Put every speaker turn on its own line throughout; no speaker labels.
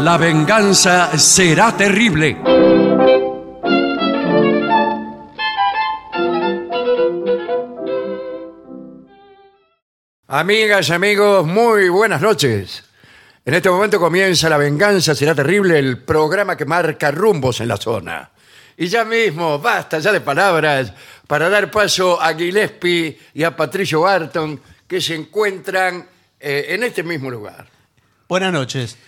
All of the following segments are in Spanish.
La venganza será terrible.
Amigas, amigos, muy buenas noches. En este momento comienza La Venganza Será Terrible, el programa que marca rumbos en la zona. Y ya mismo, basta ya de palabras para dar paso a Gillespie y a Patricio Barton, que se encuentran eh, en este mismo lugar.
Buenas noches.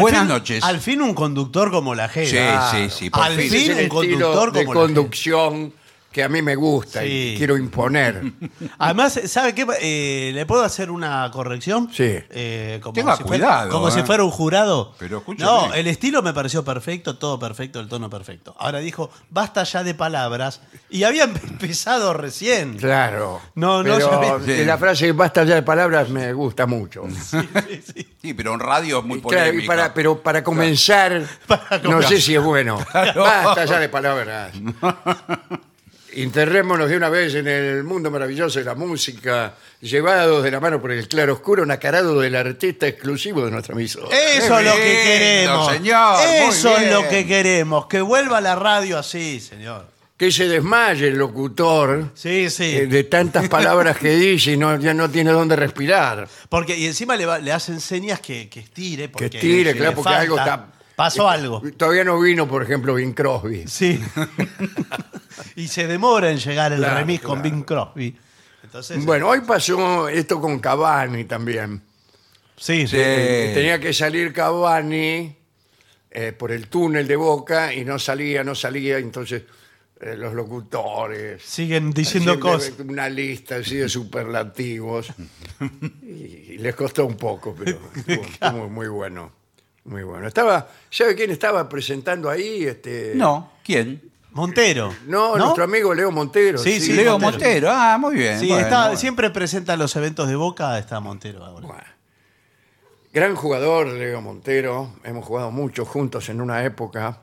Buenas
fin-
noches.
Al fin un conductor como la gente.
Sí, sí, sí, por
al fin,
fin. Sí,
Ese es
un
el estilo
conductor
de
como la gente.
conducción que a mí me gusta y
Sí.
que quiero imponer.
Además, ¿sabe qué? Eh, ¿Le puedo hacer una corrección?
Sí.
Eh, como
Tenga
si fuera-
cuidado,
como
eh.
si fuera un jurado.
Pero escúcheme.
No, el estilo me pareció perfecto, todo perfecto, el tono perfecto. Ahora dijo, basta ya de palabras. Y había empezado recién.
Claro.
No, no,
Pero
ya vi.
la frase basta ya de palabras me gusta mucho.
Sí, pero en radio es muy
Y claro, y
polémico.
para, pero para comenzar, no sé si es bueno. Basta ya de palabras. Interrémonos de una vez en el mundo maravilloso de la música, llevados de la mano por el claroscuro nacarado del artista exclusivo de nuestra emisora.
Eso es lo que
lindo,
queremos.
señor, muy
Eso es lo
bien.
que queremos. Que vuelva la radio así, señor.
Que se desmaye el locutor
Sí, sí.
eh, de tantas palabras que dice y no, ya no tiene dónde respirar.
Porque, y encima le, va- le hacen señas que, que estire. Porque
que tire,
le
claro, porque
falta.
algo está... Este,
Pasó algo.
Todavía no vino, por ejemplo, Bing Crosby.
Sí. y se demora en llegar el
Claro,
remix con
claro.
Bing Crosby. Entonces,
Bueno, hoy pasó esto con Cavani también.
sí, sí.
Sí.
Tenía que salir Cavani eh, por el túnel de Boca y no salía, no salía. Entonces eh, los locutores
Siguen diciendo
haciendo
cosas.
una lista así de superlativos y les costó un poco, pero estuvo- estuvo muy, muy bueno, muy bueno. Estaba, ¿sabe quién estaba presentando ahí? Este,
Eh, No, ¿quién?
Montero.
no, nuestro amigo Leo Montero.
Sí, sí,
Leo
Montero.
Montero. Ah, muy bien.
Sí,
bueno,
está-
bueno.
siempre presenta los eventos de Boca, está Montero ahora.
Bueno. Gran jugador, Leo Montero. Hemos jugado mucho juntos en una época.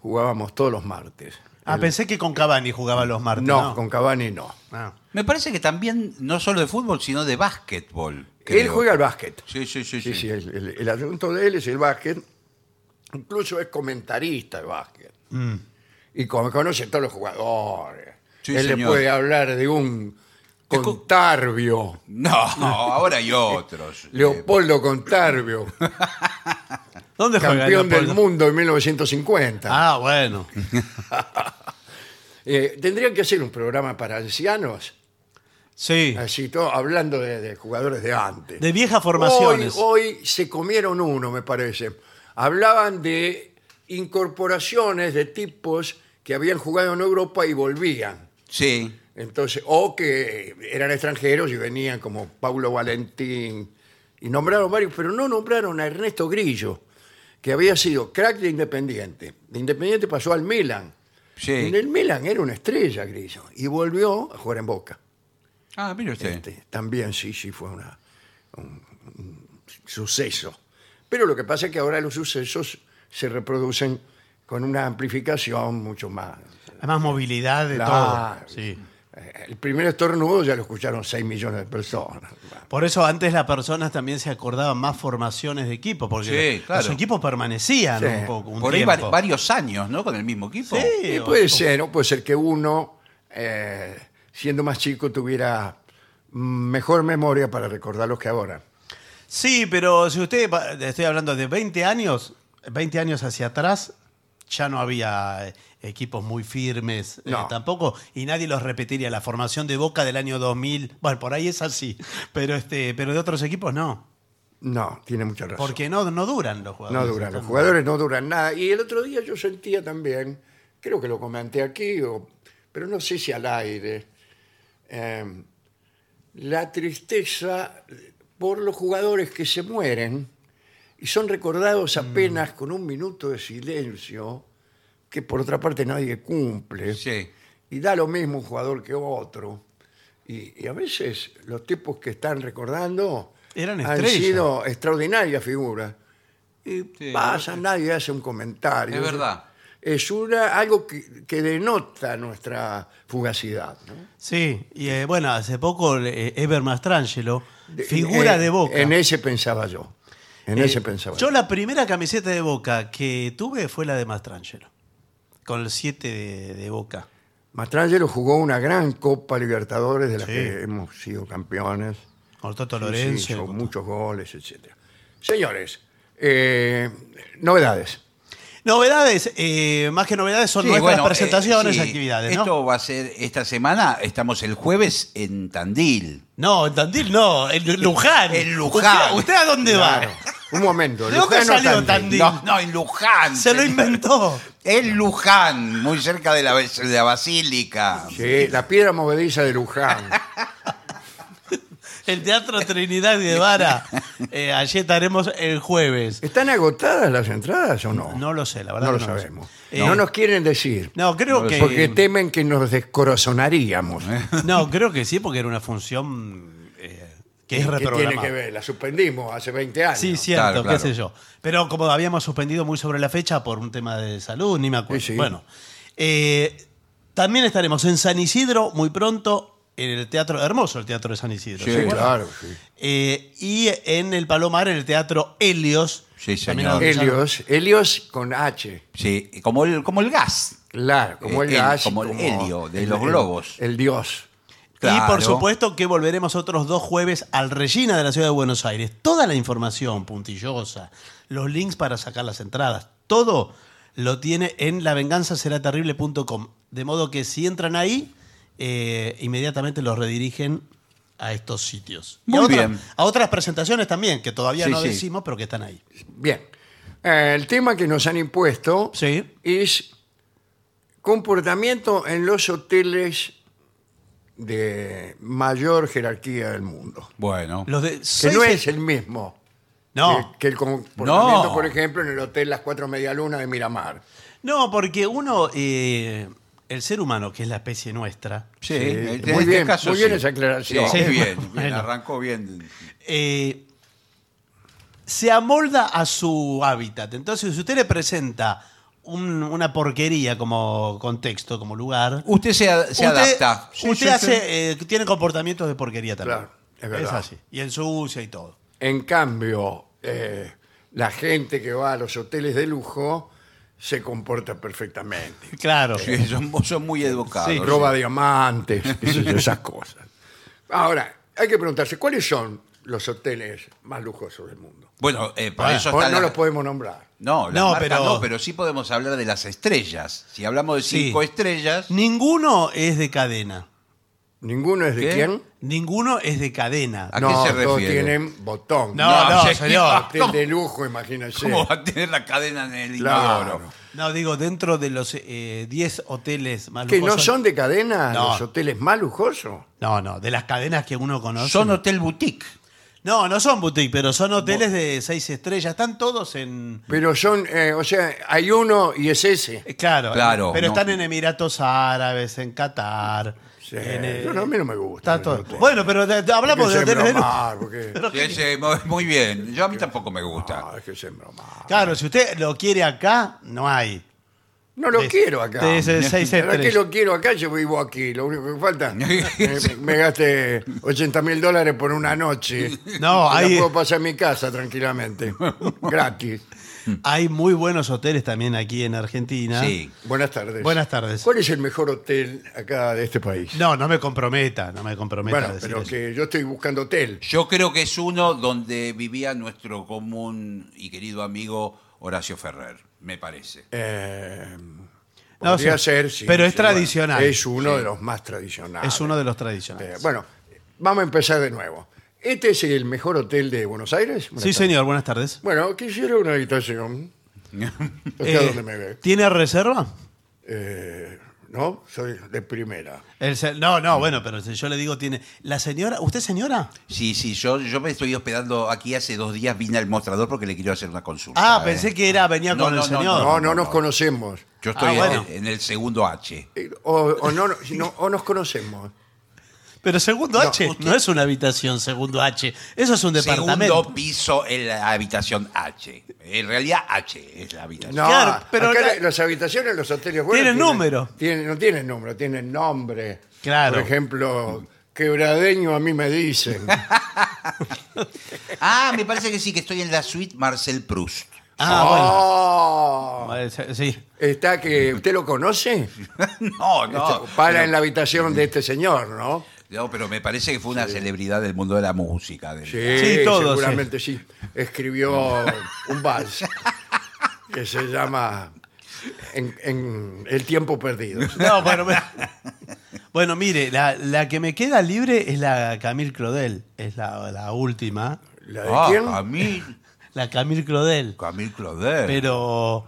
Jugábamos todos los martes.
ah, pensé que con Cavani jugaba los martes.
No,
No,
con Cavani no.
Ah.
Me parece que también, no solo de fútbol, sino de básquetbol.
Él
creo.
juega al básquet.
Sí, sí, sí.
Sí,
sí.
sí, el, el- el asunto de él es el básquet. Incluso es comentarista de básquet. Y con- conoce a todos los jugadores.
Sí,
él le
señor.
puede hablar de un Contarbio,
No, ahora hay otros. Eh,
Leopoldo Contarbio,
¿Dónde juega
campeón del
Leopoldo?
mundo en 1950.
Ah, bueno.
Eh, Tendrían que hacer un programa para ancianos
Sí.
Así, todo, hablando de, de jugadores de antes.
De viejas formaciones.
Hoy, hoy se comieron uno, me parece. Hablaban de incorporaciones de tipos que habían jugado en Europa y volvían.
Sí.
Entonces, o que eran extranjeros y venían como Paulo Valentín. Y nombraron varios, pero no nombraron a Ernesto Grillo, que había sido crack de Independiente. De Independiente pasó al Milan.
Sí.
En el Milan era una estrella, Grillo. Y volvió a jugar en Boca.
Ah, mire usted.
Este, también sí, sí fue una- un, un suceso. Pero lo que pasa es que ahora los sucesos se reproducen con una amplificación mucho más.
Además, movilidad de
Claro.
todo. Sí.
Eh, El primer estornudo ya lo escucharon 6 millones de personas.
Por eso antes las personas también se acordaban más formaciones de equipo, porque
Sí,
los-
claro.
los equipos permanecían
Sí.
un poco. Un
Por ahí
tiempo.
va- varios años, ¿no? Con el mismo equipo.
Sí,
Y
o-
puede ser, ¿no? Puede ser que uno, eh, siendo más chico, tuviera mejor memoria para recordar los que ahora.
sí, pero si usted, va- estoy hablando de 20 años, 20 años hacia atrás, ya no había eh, equipos muy firmes eh,
No.
tampoco, y nadie los repetiría. La formación de Boca del año 2000, bueno, por ahí es así, pero, este, pero de otros equipos no,
No, tiene mucha razón.
porque no, no duran los
No
jugadores.
duran, los
Están-
jugadores no duran nada. Y el otro día yo sentía también, creo que lo comenté aquí, o- pero no sé si al aire, eh, la tristeza por los jugadores que se mueren y son recordados apenas con un minuto de silencio, que por otra parte nadie cumple,
Sí.
y da lo mismo un jugador que otro. Y, y a veces los tipos que están recordando
Eran
han
estrellas.
sido extraordinarias figuras. Y
Sí,
pasa, nadie hace un comentario.
Es verdad.
Es una, algo que, que denota nuestra fugacidad. ¿no?
Sí, y eh, bueno, hace poco eh, Ever Mastrangelo, figura
Eh,
de Boca.
En ese pensaba yo. En
Eh,
ese pensaba.
Yo la primera camiseta de Boca que tuve fue la de Mastrangelo, con el 7 de, de Boca.
Mastrangelo jugó una gran Copa Libertadores de la
Sí.
que hemos sido campeones.
Con el Toto
Sí,
Lorenzo.
hizo
con-
muchos goles, etcétera. Señores, eh, novedades.
Novedades, eh, más que novedades, son
Sí,
nuestras
bueno, eh,
presentaciones,
sí,
actividades, ¿no?
Esto va a ser esta semana, estamos el jueves en Tandil.
No, en Tandil no, en Luján.
En Luján.
¿Usted, usted a dónde
Claro.
va?
Un momento.
¿De dónde
Lujano
salió
Tandil.
No, no, en Luján.
Se lo
señor.
inventó.
En Luján, muy cerca de la, de la basílica.
Sí, la piedra movediza de Luján.
El Teatro Trinidad de Vara. Eh, allí estaremos el jueves.
¿Están agotadas las entradas o no?
No lo sé, la verdad.
No lo
que sé.
sabemos.
Eh,
no nos quieren decir.
no, creo que.
Porque temen que nos descorazonaríamos.
No, creo que sí, porque era una función eh, que es
¿Qué tiene
reprogramada.
que ver? La suspendimos hace 20 años.
Sí, cierto,
Claro, claro.
qué sé yo. Pero como habíamos suspendido muy sobre la fecha por un tema de salud, ni me acuerdo.
Sí, sí.
Bueno, eh, también estaremos en San Isidro muy pronto, en el teatro, hermoso el teatro de San Isidro.
Sí,
Sí,
¿se acuerdan?
claro. sí.
Eh, y en el Palomar, en el teatro Helios.
Sí,
También
señor.
donde
Helios, Helios con H.
Sí, como el, como el gas.
Claro, como el
Eh, el-
gas.
como el helio de los
el-
globos.
El, dios.
Y por
Claro.
supuesto que volveremos otros dos jueves al Regina de la Ciudad de Buenos Aires. Toda la información puntillosa, los links para sacar las entradas, todo lo tiene en lavenganzaseraterrible.com. De modo que si entran ahí, eh, inmediatamente los redirigen a estos sitios. Y
Muy
a otras-
bien.
A otras presentaciones también, que todavía
Sí,
no
sí.
decimos, pero que están ahí.
Bien. Eh, el tema que nos han impuesto
Sí.
es comportamiento en los hoteles de mayor jerarquía del mundo.
Bueno.
Los de
Que
seis-
no es el mismo
No.
que, que el comportamiento,
No.
por ejemplo, en el hotel Las Cuatro Medialunas de Miramar.
No, porque uno, eh, el ser humano, que es la especie nuestra,
Sí,
Sí,
en
muy
este
bien,
caso
muy
sí.
bien esa aclaración.
Sí,
Sí,
bien, bien,
bueno.
arrancó bien.
eh, se amolda a su hábitat. Entonces, si usted le presenta un- una porquería como contexto, como lugar,
Usted se, a- se
usted,
adapta.
usted hace, eh, tiene comportamientos de porquería también.
Claro, es verdad.
así. Y ensucia y todo.
En cambio, eh, la gente que va a los hoteles de lujo se comporta perfectamente.
Claro.
Sí, son, son muy educados.
Sí,
sí.
Roba diamantes, qué sé yo, esas cosas. Ahora, hay que preguntarse, ¿cuáles son los hoteles más lujosos del mundo?
Bueno, eh, para
Bueno,
eso
O
está
Ah, no
la-
los podemos nombrar.
No, las
No,
marcas
pero-
no, pero sí podemos hablar de las estrellas. Si hablamos de
Sí.
cinco estrellas,
Ninguno es de cadena.
¿Ninguno es de
¿Qué?
quién?
Ninguno es de cadena.
¿A qué
no,
se
todos
refiere?
tienen botón.
No, no,
sí.
señor.
Hotel de lujo, imagínense.
¿cómo va a tener la cadena en el
Claro.
inodoro?
No, digo, dentro de los eh, 10 hoteles más
¿Que no
lujosos.
son de cadena
No.
los hoteles más lujosos?
No, no, de las cadenas que uno conoce.
Son hotel boutique.
No, no son boutique, pero son hoteles de seis estrellas. Están todos en.
Pero son, eh, o sea, hay uno y es ese.
eh, Claro,
Claro,
pero
no.
están en Emiratos Árabes, en Qatar.
Sí,
en, eh,
yo no- a mí no me gusta.
está todo. Bueno, pero de- de- hablamos de hoteles de lujo.
porque,
Sí, sí, muy- muy bien. Yo a mí tampoco me gusta.
Ah, es que es embromar.
Claro, si usted lo quiere acá, no hay.
No lo
De-
quiero acá.
De ese seis
¿Para qué
estrellas.
lo quiero acá? Yo vivo aquí. Lo único que falta eh, me gaste 80 mil dólares por una noche.
No,
Y la
hay-
puedo pasar a mi casa tranquilamente. Gratis.
Hay muy buenos hoteles también aquí en Argentina.
Sí.
Buenas tardes.
Buenas tardes.
¿Cuál es el mejor hotel acá de este país?
No, no me comprometa, no me comprometa. a
bueno,
decir
pero
eso.
que yo estoy buscando hotel.
Yo creo que es uno donde vivía nuestro común y querido amigo Horacio Ferrer, me parece.
Eh,
No,
podría
sí.
ser, sí,
Pero es
sí,
tradicional.
bueno, es uno de los más tradicionales.
Es uno de los
Eh,
tradicionales.
bueno, vamos a empezar de nuevo. ¿Este es el mejor hotel de Buenos Aires? Buenas
sí,
tardes.
señor, buenas tardes.
Bueno, quisiera una habitación. Acá
Eh,
donde me ve.
¿Tiene reserva?
Eh, ¿No? Soy de primera.
El se- no, no, bueno, pero si yo le digo, tiene. La señora, ¿usted señora?
Sí, sí, yo, yo me estoy hospedando aquí hace dos días, vine al mostrador porque le quiero hacer una consulta.
Ah,
¿eh?
pensé que era, venía
No,
con
no,
el
no,
señor.
No, no,
no,
nos
no.
conocemos.
Yo estoy
Ah,
en-
bueno.
en, el segundo H.
Eh, O, o no, no- o nos conocemos.
Pero segundo
No,
H
usted-
no es una habitación, segundo H. Eso es un departamento.
Segundo piso en la habitación H. En realidad H es la habitación.
No,
Claro, pero
acá
la-
la- las habitaciones en los hoteles buenos
Tienen número.
tienen- no tienen número, tienen nombre.
Claro.
Por ejemplo, quebradeño a mí me dicen.
Ah, me parece que sí, que estoy en la suite Marcel Proust.
Ah,
¡Oh!
bueno. Eh, se- Sí.
Está que usted lo conoce.
No, no.
Está- para en la habitación de este señor, ¿no?
No, pero me parece que fue una celebridad del mundo de la música. del-
Sí, todo,
Seguramente sí. Escribió un vals que se llama en, en El tiempo perdido.
No, bueno, me- bueno, mire, la, la que me queda libre es la Camille Clodel. Es la, la última.
¿La de
Ah,
quién?
Camille,
La Camille Clodel.
Camille Claudel.
Pero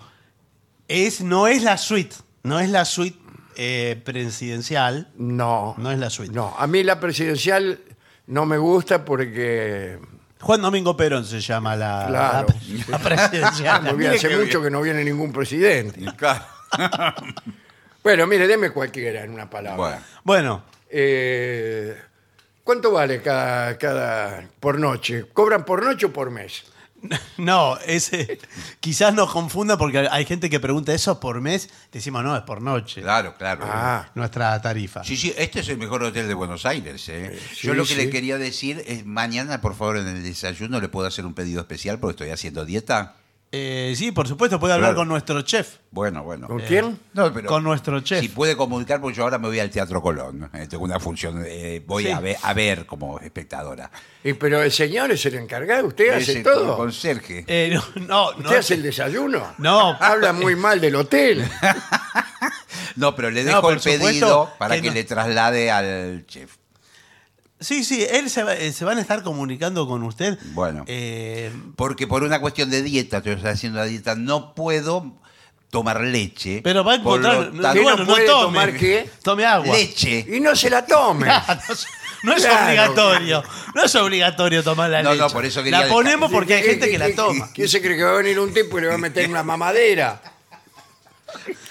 es, no es la suite. No es la suite eh, presidencial.
No.
No es la suite.
No, a mí la presidencial no me gusta porque
Juan Domingo Perón se llama la,
Claro.
la- la presidencial.
muy bien,
Mire
hace
que-
mucho que no viene ningún presidente.
Claro.
Bueno, mire, deme cualquiera en una palabra.
Bueno,
Bueno,
Eh, ¿Cuánto vale cada, cada por noche? ¿Cobran por noche o por mes?
no, ese quizás nos confunda porque hay gente que pregunta eso por mes. Decimos, no, es por noche.
claro, claro.
Ah,
Nuestra tarifa.
Sí, sí, este es el mejor hotel de Buenos Aires. ¿eh?
sí,
Yo lo que
sí.
le quería decir es, mañana, por favor, en el desayuno le puedo hacer un pedido especial porque estoy haciendo dieta.
Eh, sí, por supuesto, puede hablar
Claro.
con nuestro chef.
Bueno, bueno.
Eh.
¿con quién?
No, pero
con nuestro chef.
Si puede comunicar, porque yo ahora me voy al Teatro Colón. eh, tengo una función, eh, voy
Sí.
a, ver, a ver como espectadora.
Y, pero el señor es el encargado, usted
Es
hace
el
todo.
Conserje.
Eh, no, no, no,
¿Usted hace el desayuno?
No.
Habla muy mal del hotel.
No, pero le
No,
dejo
por
el
supuesto
pedido para
que
que,
no.
le traslade al chef.
Sí, sí, él se, va- eh, se van a estar comunicando con usted.
Bueno.
Eh,
Porque por una cuestión de dieta, estoy haciendo la dieta, no puedo tomar leche.
pero va a
Por lo
encontrar.
tanto-
¿Qué no
bueno, no,
puede
tome.
tomar qué?
Tome agua.
leche.
Y no se la tome.
Ah, no, es- no es
Claro.
obligatorio. No es obligatorio tomar la
No,
leche.
no, por eso quería
La ponemos
dejar-
porque hay gente que la
¿Quién-
toma.
¿Quién se cree que va a venir un tipo y le va a meter una mamadera?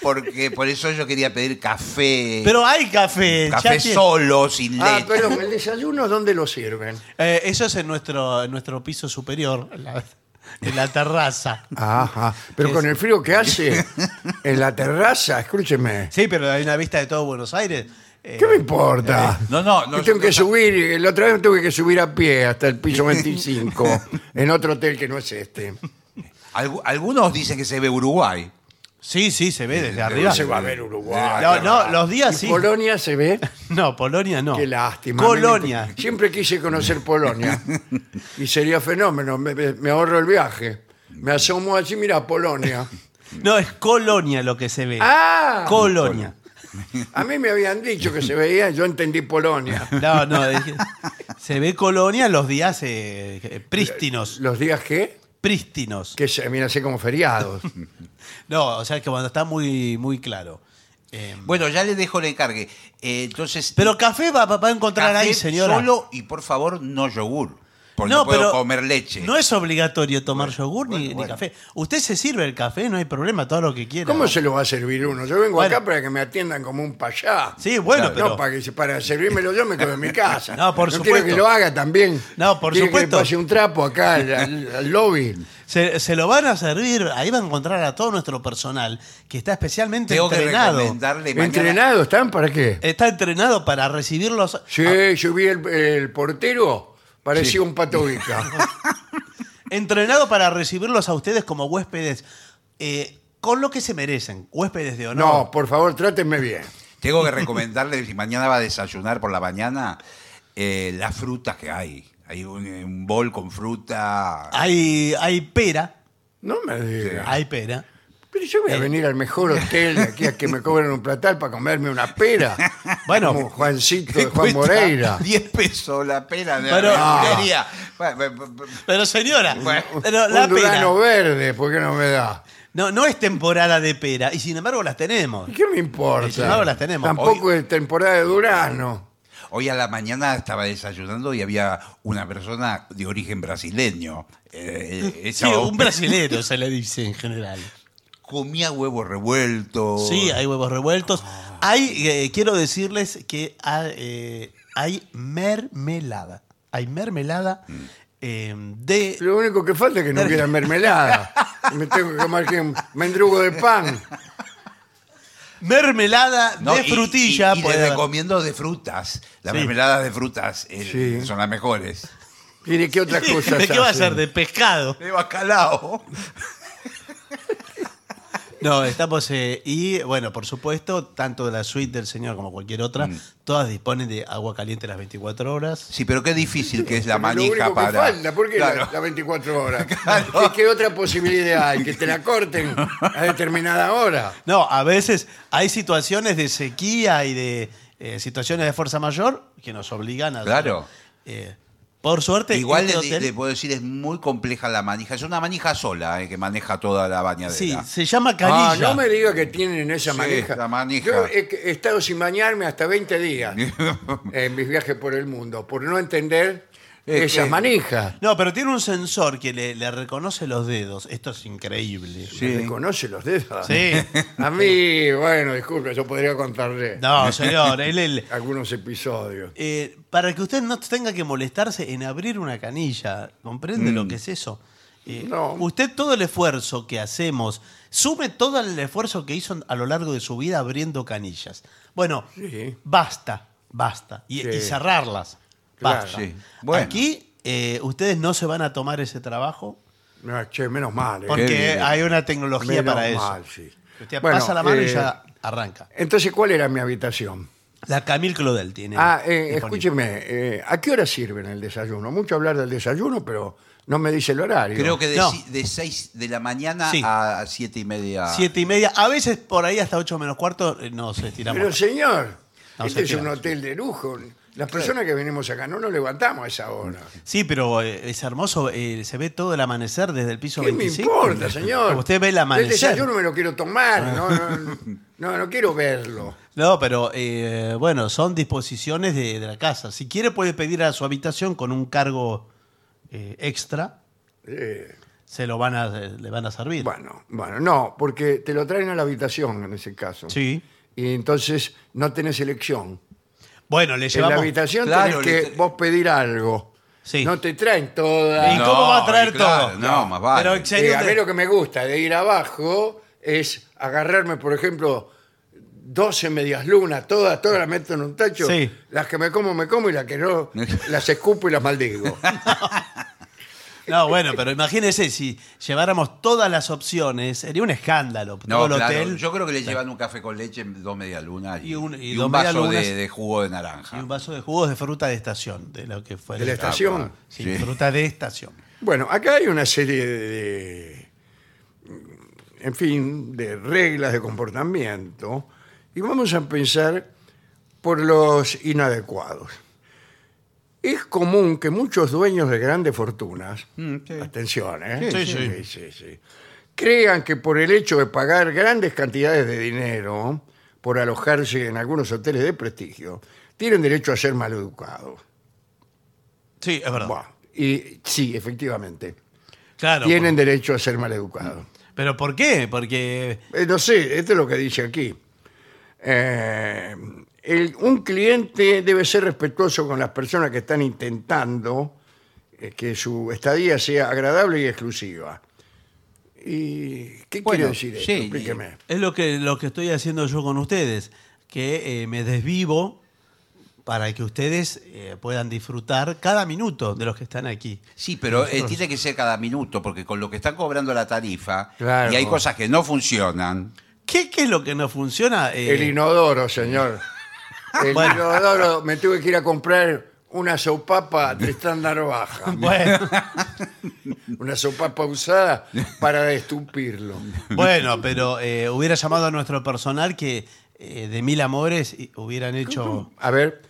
Porque por eso yo quería pedir café.
Pero hay café. ya
café
tiene-
solo, sin leche.
Ah, perdón, ¿el desayuno dónde lo sirven?
Eh, eso es en nuestro, en nuestro piso superior, en la, en la terraza.
Ajá, pero con el frío que hace en la terraza, escúcheme.
Sí, pero hay una vista de todo Buenos Aires. Eh,
¿Qué me importa?
No, no, no.
Yo tengo
yo-
que subir, la otra vez tuve que subir a pie hasta el piso 25, en otro hotel que no es este.
Algu- algunos dicen que se ve Uruguay.
Sí, sí, se
Eh,
ve desde arriba.
No se va a ver Uruguay.
No, no, los días
Y
sí.
Polonia se ve.
No, Polonia no.
Qué lástima.
Colonia.
Me- Siempre quise conocer Polonia. Y sería fenómeno. Me, me- me ahorro el viaje. Me asomo allí, mira, Polonia.
No, es Colonia lo que se ve.
¡Ah!
Colonia.
A mí me habían dicho que se veía, yo entendí Polonia.
No, no, es que se ve Colonia los días eh, eh, prístinos.
Los días que,
Prístinos.
que se vienen así como feriados.
No, o sea que cuando está muy, muy claro. Eh,
Bueno, ya le dejo el encargue. Eh, entonces.
pero café va, va- va a encontrar
café
ahí, señora.
Solo y por favor, no yogur. Porque no, puedo comer leche.
No es obligatorio tomar yogur ni,
bueno,
ni
bueno.
café. Usted se sirve el café, no hay problema, todo lo que quiera.
¿Cómo se lo va a servir uno? Yo vengo
Bueno.
acá para que me atiendan como un payá.
Sí, bueno,
no,
pero.
para, que, para servírmelo yo me quedo en mi casa.
No, por
quiero que
supuesto.
lo haga también.
No, por
Quiero
supuesto.
que le pase un trapo acá al, al- al lobby.
Se, se lo van a servir, ahí va a encontrar a todo nuestro personal que está especialmente
Tengo que
entrenado.
recomendarle mañana-
¿Entrenados están para qué?
Está entrenado para recibirlos.
Sí,
Ah.
yo vi el, el portero, parecía un pato bica.
Entrenado para recibirlos a ustedes como huéspedes. eh, con lo que se merecen, huéspedes de honor.
No, por favor, trátenme bien.
Tengo que recomendarle, si mañana va a desayunar por la mañana, eh, las frutas que hay. Hay un, un bol con fruta.
Hay, hay pera.
No me digas.
Hay pera.
Pero yo voy a venir al mejor hotel de aquí a que me cobren un platal para comerme una pera.
Bueno.
Como Juancito de
Que
Juan
cuesta
Moreira.
10 pesos la pera de
Ah. Pero-
la verdulería. Bueno, bueno, bueno,
Pero señora,
Bueno,
pero
un
la pera.
durazno verde, ¿por qué no me da?
No, no es temporada de pera. Y sin embargo las tenemos.
¿Qué me
Sí, ahora
importa?
las tenemos.
Tampoco es temporada de durazno.
Hoy a la mañana estaba desayunando y había una persona de origen brasileño. Eh,
Sí,
esa
un
hombre
brasilero se le dice en general.
Comía huevos revueltos.
Sí, hay huevos revueltos. Oh. Hay, eh, quiero decirles que ha- eh, hay mermelada. Hay mermelada eh, de...
Lo único que falta es que no hubiera mermelada. Me tengo que comer que un mendrugo de pan.
Mermelada
No,
de
y-
frutilla.
Y, y
puede
les
haber.
recomiendo de frutas. Las
Sí.
mermeladas de frutas eh,
Sí.
son las mejores.
Mire, ¿qué otras cosas
¿De qué va a
hacen?
ser? ¿De pescado?
De bacalao.
No, estamos. eh, y bueno, por supuesto, tanto la suite del señor como cualquier otra, todas disponen de agua caliente las 24 horas.
Sí, pero qué difícil que es la
Pero lo único
manija
que
para.
falta, ¿por qué la-
Claro.
la, 24 horas? ¿Qué, qué otra posibilidad hay? Que te la corten a determinada hora.
No, a veces hay situaciones de sequía y de eh, situaciones de fuerza mayor que nos obligan a.
Claro.
Eh, por suerte,
Igual
este
le,
hotel-
le puedo decir, es muy compleja la manija. Es una manija sola eh, que maneja toda la bañadera.
Sí, se llama canilla.
Ah, no me diga que tienen esa
Sí,
manija.
la manija.
Yo he, he estado sin bañarme hasta 20 días en mis viajes por el mundo por no entender
Es
esas
que-
manijas.
No, pero tiene un sensor que le, le reconoce los dedos. Esto es increíble.
Me reconoce los dedos.
Sí.
A mí, bueno, disculpe, yo podría contarle
No, señor. él- él-
algunos episodios.
eh, para que usted no tenga que molestarse en abrir una canilla, ¿comprende
Mm.
lo que es eso? Eh,
No.
Usted todo el esfuerzo que hacemos, sume todo el esfuerzo que hizo a lo largo de su vida abriendo canillas. Bueno,
Sí.
basta, basta. Y,
Sí.
y cerrarlas.
Claro.
Basta.
Sí. Bueno.
Aquí eh, ustedes no se van a tomar ese trabajo
No, che, menos mal. ¿eh?
Qué
porque
bien.
hay una tecnología
Menos
para eso.
mal, sí.
Usted
Bueno,
pasa la mano y
eh,
ya arranca.
Entonces, ¿cuál era mi habitación?
La Camille Claudel tiene.
Ah, eh,
disponible.
escúcheme, eh, ¿a qué hora sirven el desayuno? Mucho hablar del desayuno, pero no me dice el horario.
Creo que de,
No.
si- de 6 de la mañana
Sí.
a 7 y media.
Ah.
Siete y media, a veces por ahí hasta ocho menos cuarto eh, nos estiramos.
Pero señor,
No,
este es un
señor.
hotel de lujo. Las personas que venimos acá no nos levantamos a esa hora.
sí, pero eh, es hermoso, eh, se ve todo el amanecer desde el piso
¿Qué me
25.
importa, señor?
Usted ve el
El
amanecer.
desayuno me lo quiero tomar, no, no, no, no quiero verlo.
No, pero eh, bueno, son disposiciones de, de la casa. Si quiere puede pedir a su habitación con un cargo eh, extra,
Eh,
se lo van a, eh, le van a servir.
bueno, bueno, no, porque te lo traen a la habitación en ese caso.
Sí.
Y entonces no tenés elección.
Bueno, le llevamos.
En la habitación
Claro,
tenés
le-
que vos pedir algo.
Sí.
No te traen toda.
¿Y cómo va a traer
y claro,
todo?
No, más vale.
Pero ex-
Eh,
serio
a
te-
mí lo que me gusta de ir abajo es agarrarme, por ejemplo, 12 medias lunas, todas, todas las meto en un tacho.
Sí.
Las que me como, me como y las que no, las escupo y las maldigo.
No, bueno, pero imagínese si lleváramos todas las opciones, sería un escándalo.
No,
todo el
claro,
hotel
Yo creo que le llevan un café con leche, dos medialunas y,
Y un- y
y
dos
un vaso
medialunas.
de, de jugo de
y
naranja. Ah,
un vaso de jugos de fruta de estación, de lo que fue.
De la
el-
estación. vacación.
Sí, fruta de estación.
Bueno, acá hay una serie de, en fin, de reglas de comportamiento y vamos a pensar por los inadecuados. Es común que muchos dueños de grandes fortunas, atención, ¿eh?
Mm, Sí, sí.
sí, sí, crean que por el hecho de pagar grandes cantidades de dinero por alojarse en algunos hoteles de prestigio, tienen derecho a ser maleducados.
Sí, es verdad.
Buah, Y sí, efectivamente
claro.
tienen derecho a ser maleducados.
por- pero ¿por qué? Porque.
Eh, no sé, esto es lo que dice aquí. Eh, el- un cliente debe ser respetuoso con las personas que están intentando eh, que su estadía sea agradable y exclusiva. ¿Y qué quiere
Bueno,
decir esto?
sí, y-
Explíqueme.
Es lo que, lo que estoy haciendo yo con ustedes, que eh, me desvivo para que ustedes eh, puedan disfrutar cada minuto de los que están aquí.
Sí, pero eh, tiene que ser cada minuto, porque con lo que están cobrando la tarifa,
Claro.
y hay cosas que no funcionan.
¿Qué, qué es lo que no funciona? Eh,
El inodoro, señor. El
Bueno.
inodoro, me tuve que ir a comprar una sopapa de estándar baja.
bueno,
Una sopapa usada para estupirlo.
bueno, pero eh, hubiera llamado a nuestro personal que eh, de mil amores y hubieran hecho
A ver.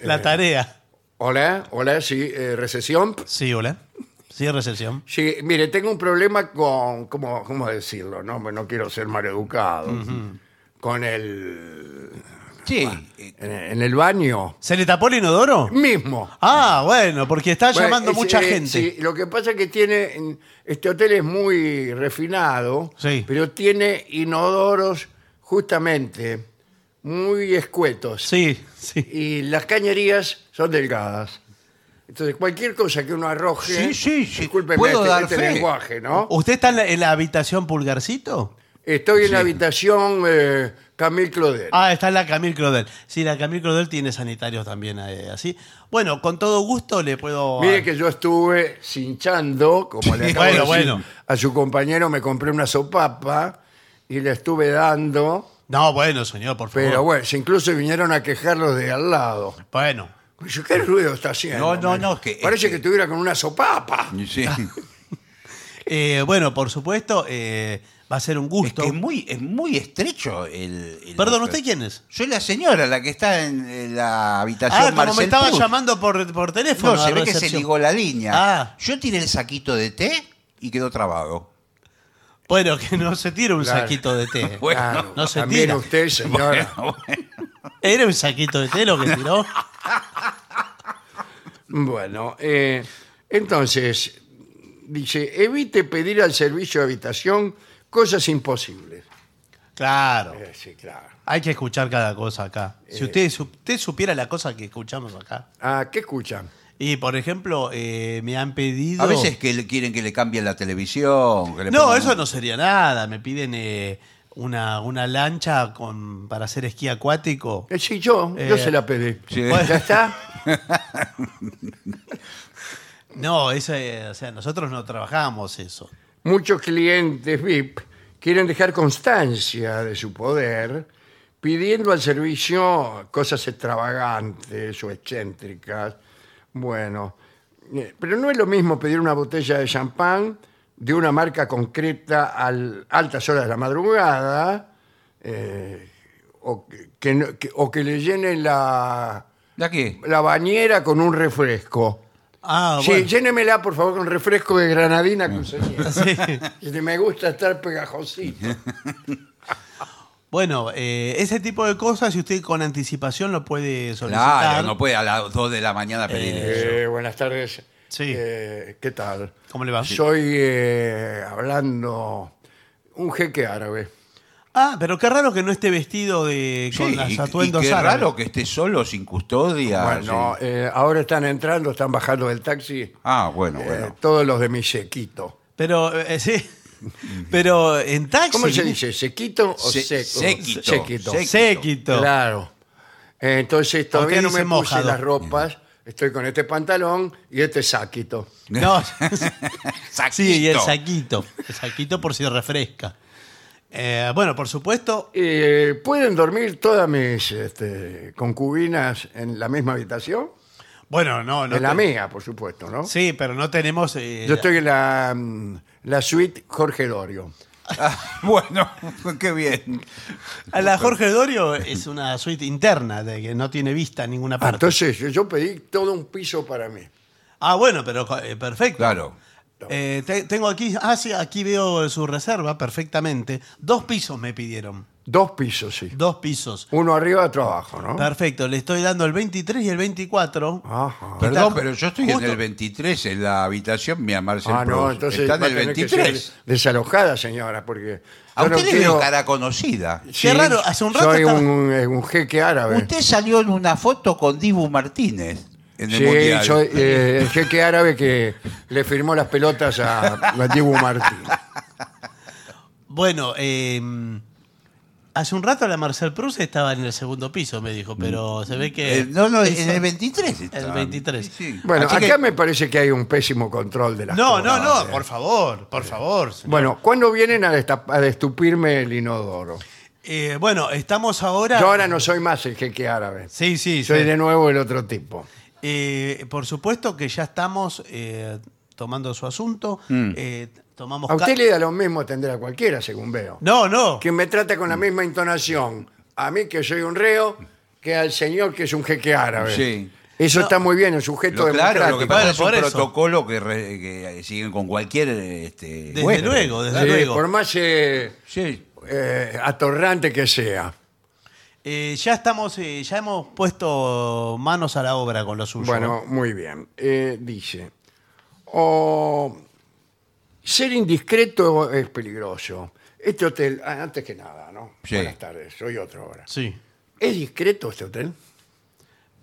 Eh.
la tarea.
Hola, hola, sí, eh, recesión.
Sí, hola. Sí, recepción.
Sí, mire, tengo un problema con, ¿cómo, cómo decirlo? No, no quiero ser maleducado. Con el...
Sí, eh,
En, en el baño.
¿Se le tapó el inodoro?
Mismo.
Ah, bueno, porque está
Bueno,
llamando
es,
mucha
eh,
gente.
sí, lo que pasa es que tiene... en- Este hotel es muy refinado,
Sí.
pero tiene inodoros justamente muy escuetos.
Sí, sí.
Y las cañerías son delgadas. Entonces, cualquier cosa que uno arroje...
Sí, sí, sí.
Discúlpeme
Puedo
este,
dar
este
fe.
lenguaje, ¿no?
¿Usted está en la, en la habitación pulgarcito?
Estoy en la habitación eh, Camille Claudel.
Ah, está la Camille Claudel. Sí, la Camille Claudel tiene sanitarios también eh, así. Bueno, con todo gusto le puedo...
Mire que yo estuve cinchando, como le acabo de
Bueno,
decir
bueno.
a su compañero, me compré una sopapa y la estuve dando.
No, bueno, señor, por favor.
Ah.
Pero bueno, se incluso vinieron a quejarlos de al lado.
Bueno.
Dice, ¿Qué ruido está haciendo?
No, no,
hombre?
no, es que-
Parece que
es que-
estuviera con una sopapa.
Sí.
Eh, bueno, por supuesto, eh, va a ser un
Es
gusto.
que es muy, es muy estrecho el, el-
Perdón, ¿usted quién es?
Soy la señora, la que está en, en la habitación
Ah, como me
Marcel
estaba
Proust.
llamando por, por teléfono.
No,
a
se ve que se
recepción.
ligó la línea.
Ah.
Yo tiré el saquito de té y quedó trabado.
Bueno, que no se tira un
Claro.
saquito de té.
Bueno,
Claro,
no se
también
tira.
usted, señora.
Bueno, bueno.
¿Era un saquito de té lo que tiró?
Bueno, eh, entonces, dice, evite pedir al servicio de habitación cosas imposibles.
Claro.
Eh, sí, claro.
Hay que escuchar cada cosa acá.
Eh.
Si usted, su- usted supiera la cosa que escuchamos acá.
Ah, ¿qué escuchan?
Y, por ejemplo, eh, me han pedido...
A veces que le- quieren que le cambien la televisión. que le
No,
pongan-
eso no sería nada. Me piden eh, una, una lancha con, para hacer esquí acuático.
Eh, sí, yo, yo
Eh,
se la pedí.
sí.
¿Ya está?
No, eso, eh, o sea, nosotros no trabajamos eso.
Muchos clientes VIP quieren dejar constancia de su poder pidiendo al servicio cosas extravagantes o excéntricas. Bueno, eh, pero no es lo mismo pedir una botella de champán de una marca concreta a altas horas de la madrugada eh, o, que, que no- que- o que le llenen la,
¿La qué?
la bañera con un refresco.
Ah,
Sí,
bueno. Mm.
llénemela, por favor, con refresco de granadina con saliera.
Sí.
Y te- me gusta estar pegajosito.
Bueno, eh, ese tipo de cosas, si usted con anticipación lo puede solicitar.
Claro, no puede a las 2 de la mañana pedir eso.
Eh, buenas tardes.
Sí.
Eh, ¿Qué tal?
¿Cómo le va?
Soy eh, hablando un jeque árabe.
Ah, pero qué raro que no esté vestido de con
Sí, y-
las
y
atuendos
qué
árabes.
raro que esté solo, sin custodia.
Ah,
bueno,
sí.
eh, ahora están entrando, están bajando del taxi.
Ah, bueno,
eh,
bueno.
todos los de mi sequito.
Pero, eh, sí. Pero en taxi.
¿Cómo se dice? ¿Sequito o
Se-
seco?
séquito.
Séquito.
Sé-
Séquito.
Claro. Eh, Entonces todavía no
dice
me puse
mojado.
las ropas. Estoy con este pantalón y este saquito.
No.
Saquito.
sí, y el saquito. El saquito por si refresca. Eh, bueno, por supuesto.
Eh, ¿Pueden dormir todas mis este, concubinas en la misma habitación?
Bueno, no, no.
en la
te-
mía, por supuesto, ¿no?
Sí, pero no tenemos. eh,
Yo estoy en la, mm, la suite Jorge Dorio.
Ah, bueno, qué bien.
A la Jorge Dorio es una suite interna, de que no tiene vista en ninguna
Ah,
parte.
entonces, yo- yo pedí todo un piso para mí.
Ah, bueno, pero eh, perfecto.
Claro.
Eh, te- tengo aquí, ah, sí, aquí veo su reserva perfectamente. Dos pisos me pidieron.
Dos pisos, sí.
Dos pisos.
Uno arriba, otro abajo, ¿no?
Perfecto, le estoy dando el 23 y el 24.
Ah.
Ajá.
Perdón,
Está-
pero yo estoy en
justo-
el 23, en la habitación mía, Marcel
Ah, no,
Proust.
entonces
Está en
va a
el
tener que
23.
ser desalojada, señora, porque...
A
yo no
usted le
quiero-
veo cara conocida.
Sí,
raro, hace un rato
Soy
estaba-
un, eh, un jeque árabe.
Usted salió en una foto con Dibu Martínez en el
Sí,
Mundial.
soy eh, el jeque árabe que le firmó las pelotas a, a Dibu Martín.
Bueno, eh, hace un rato la Marcel Proust estaba en el segundo piso, me dijo, pero se ve que.
Eh, no, no, en
eso-
el 23 está.
El 23.
Sí, sí.
Bueno,
Así que-
acá me parece que hay un pésimo control de las
No,
cosas.
no, no, por favor,
eh.
por favor. señor.
Bueno, ¿cuándo vienen a, destap- a destupirme el inodoro?
Eh, bueno, estamos ahora.
Yo ahora no soy más el jeque árabe.
Sí, sí,
Soy
sí.
de nuevo el otro tipo.
Eh, por supuesto que ya estamos eh, tomando su asunto. eh, tomamos
Mm. A
ca-
usted le da lo mismo atender a cualquiera, según veo.
No, no.
Quien me trata
Mm.
con la misma intonación, a mí que soy un reo, que al señor que es un jeque árabe.
Sí.
Eso está muy bien, el sujeto
Lo- claro, lo que
democrático.
pasa
Bueno,
es un
por eso.
protocolo que, re- que siguen con cualquier. Este,
Desde
huésped.
luego, desde
Sí,
luego.
por más eh,
Sí.
eh, atorrante que sea.
Eh, ya estamos, eh, ya hemos puesto manos a la obra con lo suyo.
Bueno, muy bien. Eh, dice, o ser indiscreto es peligroso. Este hotel, ah, antes que nada, ¿no?
Sí.
Buenas tardes, soy otro ahora.
Sí.
¿Es discreto este hotel?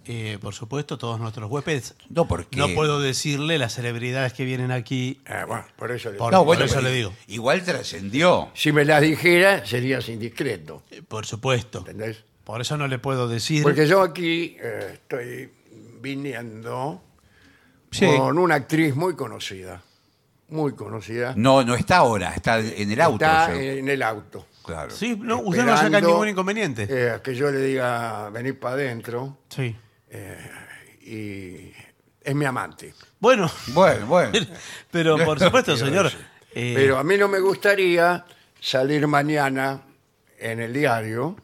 eh, por supuesto, todos nuestros huéspedes.
No, ¿por qué?
No puedo decirle las celebridades que vienen aquí.
Ah, bueno, por eso le-
Por-
No, bueno,
eso
pero
le digo.
Igual trascendió.
Si me las dijera, serías indiscreto.
Eh, Por supuesto.
¿Entendés?
Por eso no le puedo decir.
Porque yo aquí eh, estoy viniendo
Sí.
con una actriz muy conocida. Muy conocida.
No, no está ahora, está en el auto.
Está eh,
o sea,
en el auto.
Claro.
sí, no, usted no saca
Esperando,
ningún inconveniente.
eh, a que yo le diga venir para adentro
sí.
y es mi amante.
Bueno,
Bueno, bueno.
pero por supuesto,
Quiero
señor.
decir.
eh,
Pero a mí no me gustaría salir mañana en el diario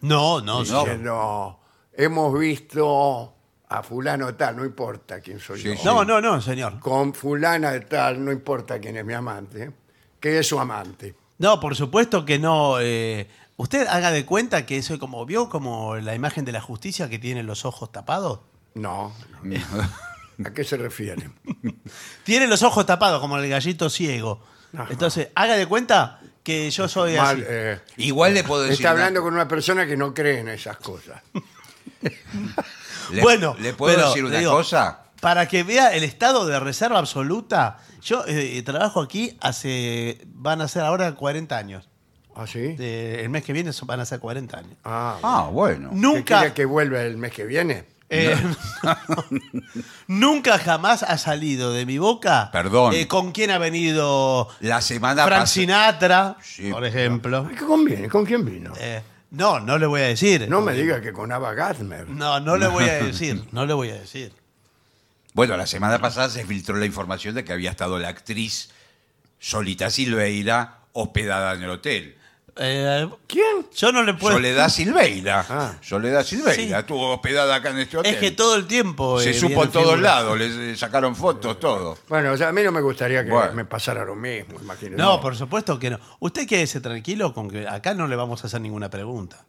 no, no,
No.
señor.
diciendo, hemos visto a fulano de tal, no importa quién soy
Sí,
yo.
sí.
No, no, no, señor.
Con fulana de tal, no importa quién es mi amante, que es su amante.
No, por supuesto que no. eh, usted haga de cuenta que eso, como vio, como la imagen de la justicia que tiene los ojos tapados.
No. ¿A qué se refiere?
Tiene los ojos tapados, como el gallito ciego.
Ajá.
Entonces, haga de cuenta que yo soy
Mal,
así.
eh,
Igual le puedo decir.
está hablando con una persona que no cree en esas cosas.
Le-
bueno,
¿Le puedo
pero,
decir una
digo,
cosa?
Para que vea el estado de reserva absoluta, yo eh, trabajo aquí hace, van a ser ahora 40 años.
¿Ah, sí?
Eh, el mes que viene son- van a ser 40 años.
Ah,
Ah, bueno.
¿Nunca?
Nunca,
que vuelva el mes que viene?
eh, nunca jamás ha salido de mi boca.
Perdón.
eh, ¿Con quién ha venido
La semana
Frank
pasada.
Sinatra,
Sí,
por ejemplo?
Ay, ¿qué conviene? ¿Con quién vino?
Eh, no, no le voy a decir.
No me diga que con Ava Gardner.
No, no le voy a decir. No le voy a decir.
Bueno, la semana pasada se filtró la información de que había estado la actriz Solita Silveira hospedada en el hotel.
Eh,
¿Quién?
yo no le puedo.
Soledad Silveira.
Pues- Ah.
Soledad Silveira
Sí.
estuvo hospedada acá en este hotel.
Es que todo el tiempo.
Se
eh,
supo
vienen
en todos
figuras.
lados, les eh, sacaron fotos, todo.
Bueno, o sea, a mí no me gustaría que
Bueno.
me pasara lo mismo, imagínese.
No, por supuesto que no. Usted quédese tranquilo con que acá no le vamos a hacer ninguna pregunta.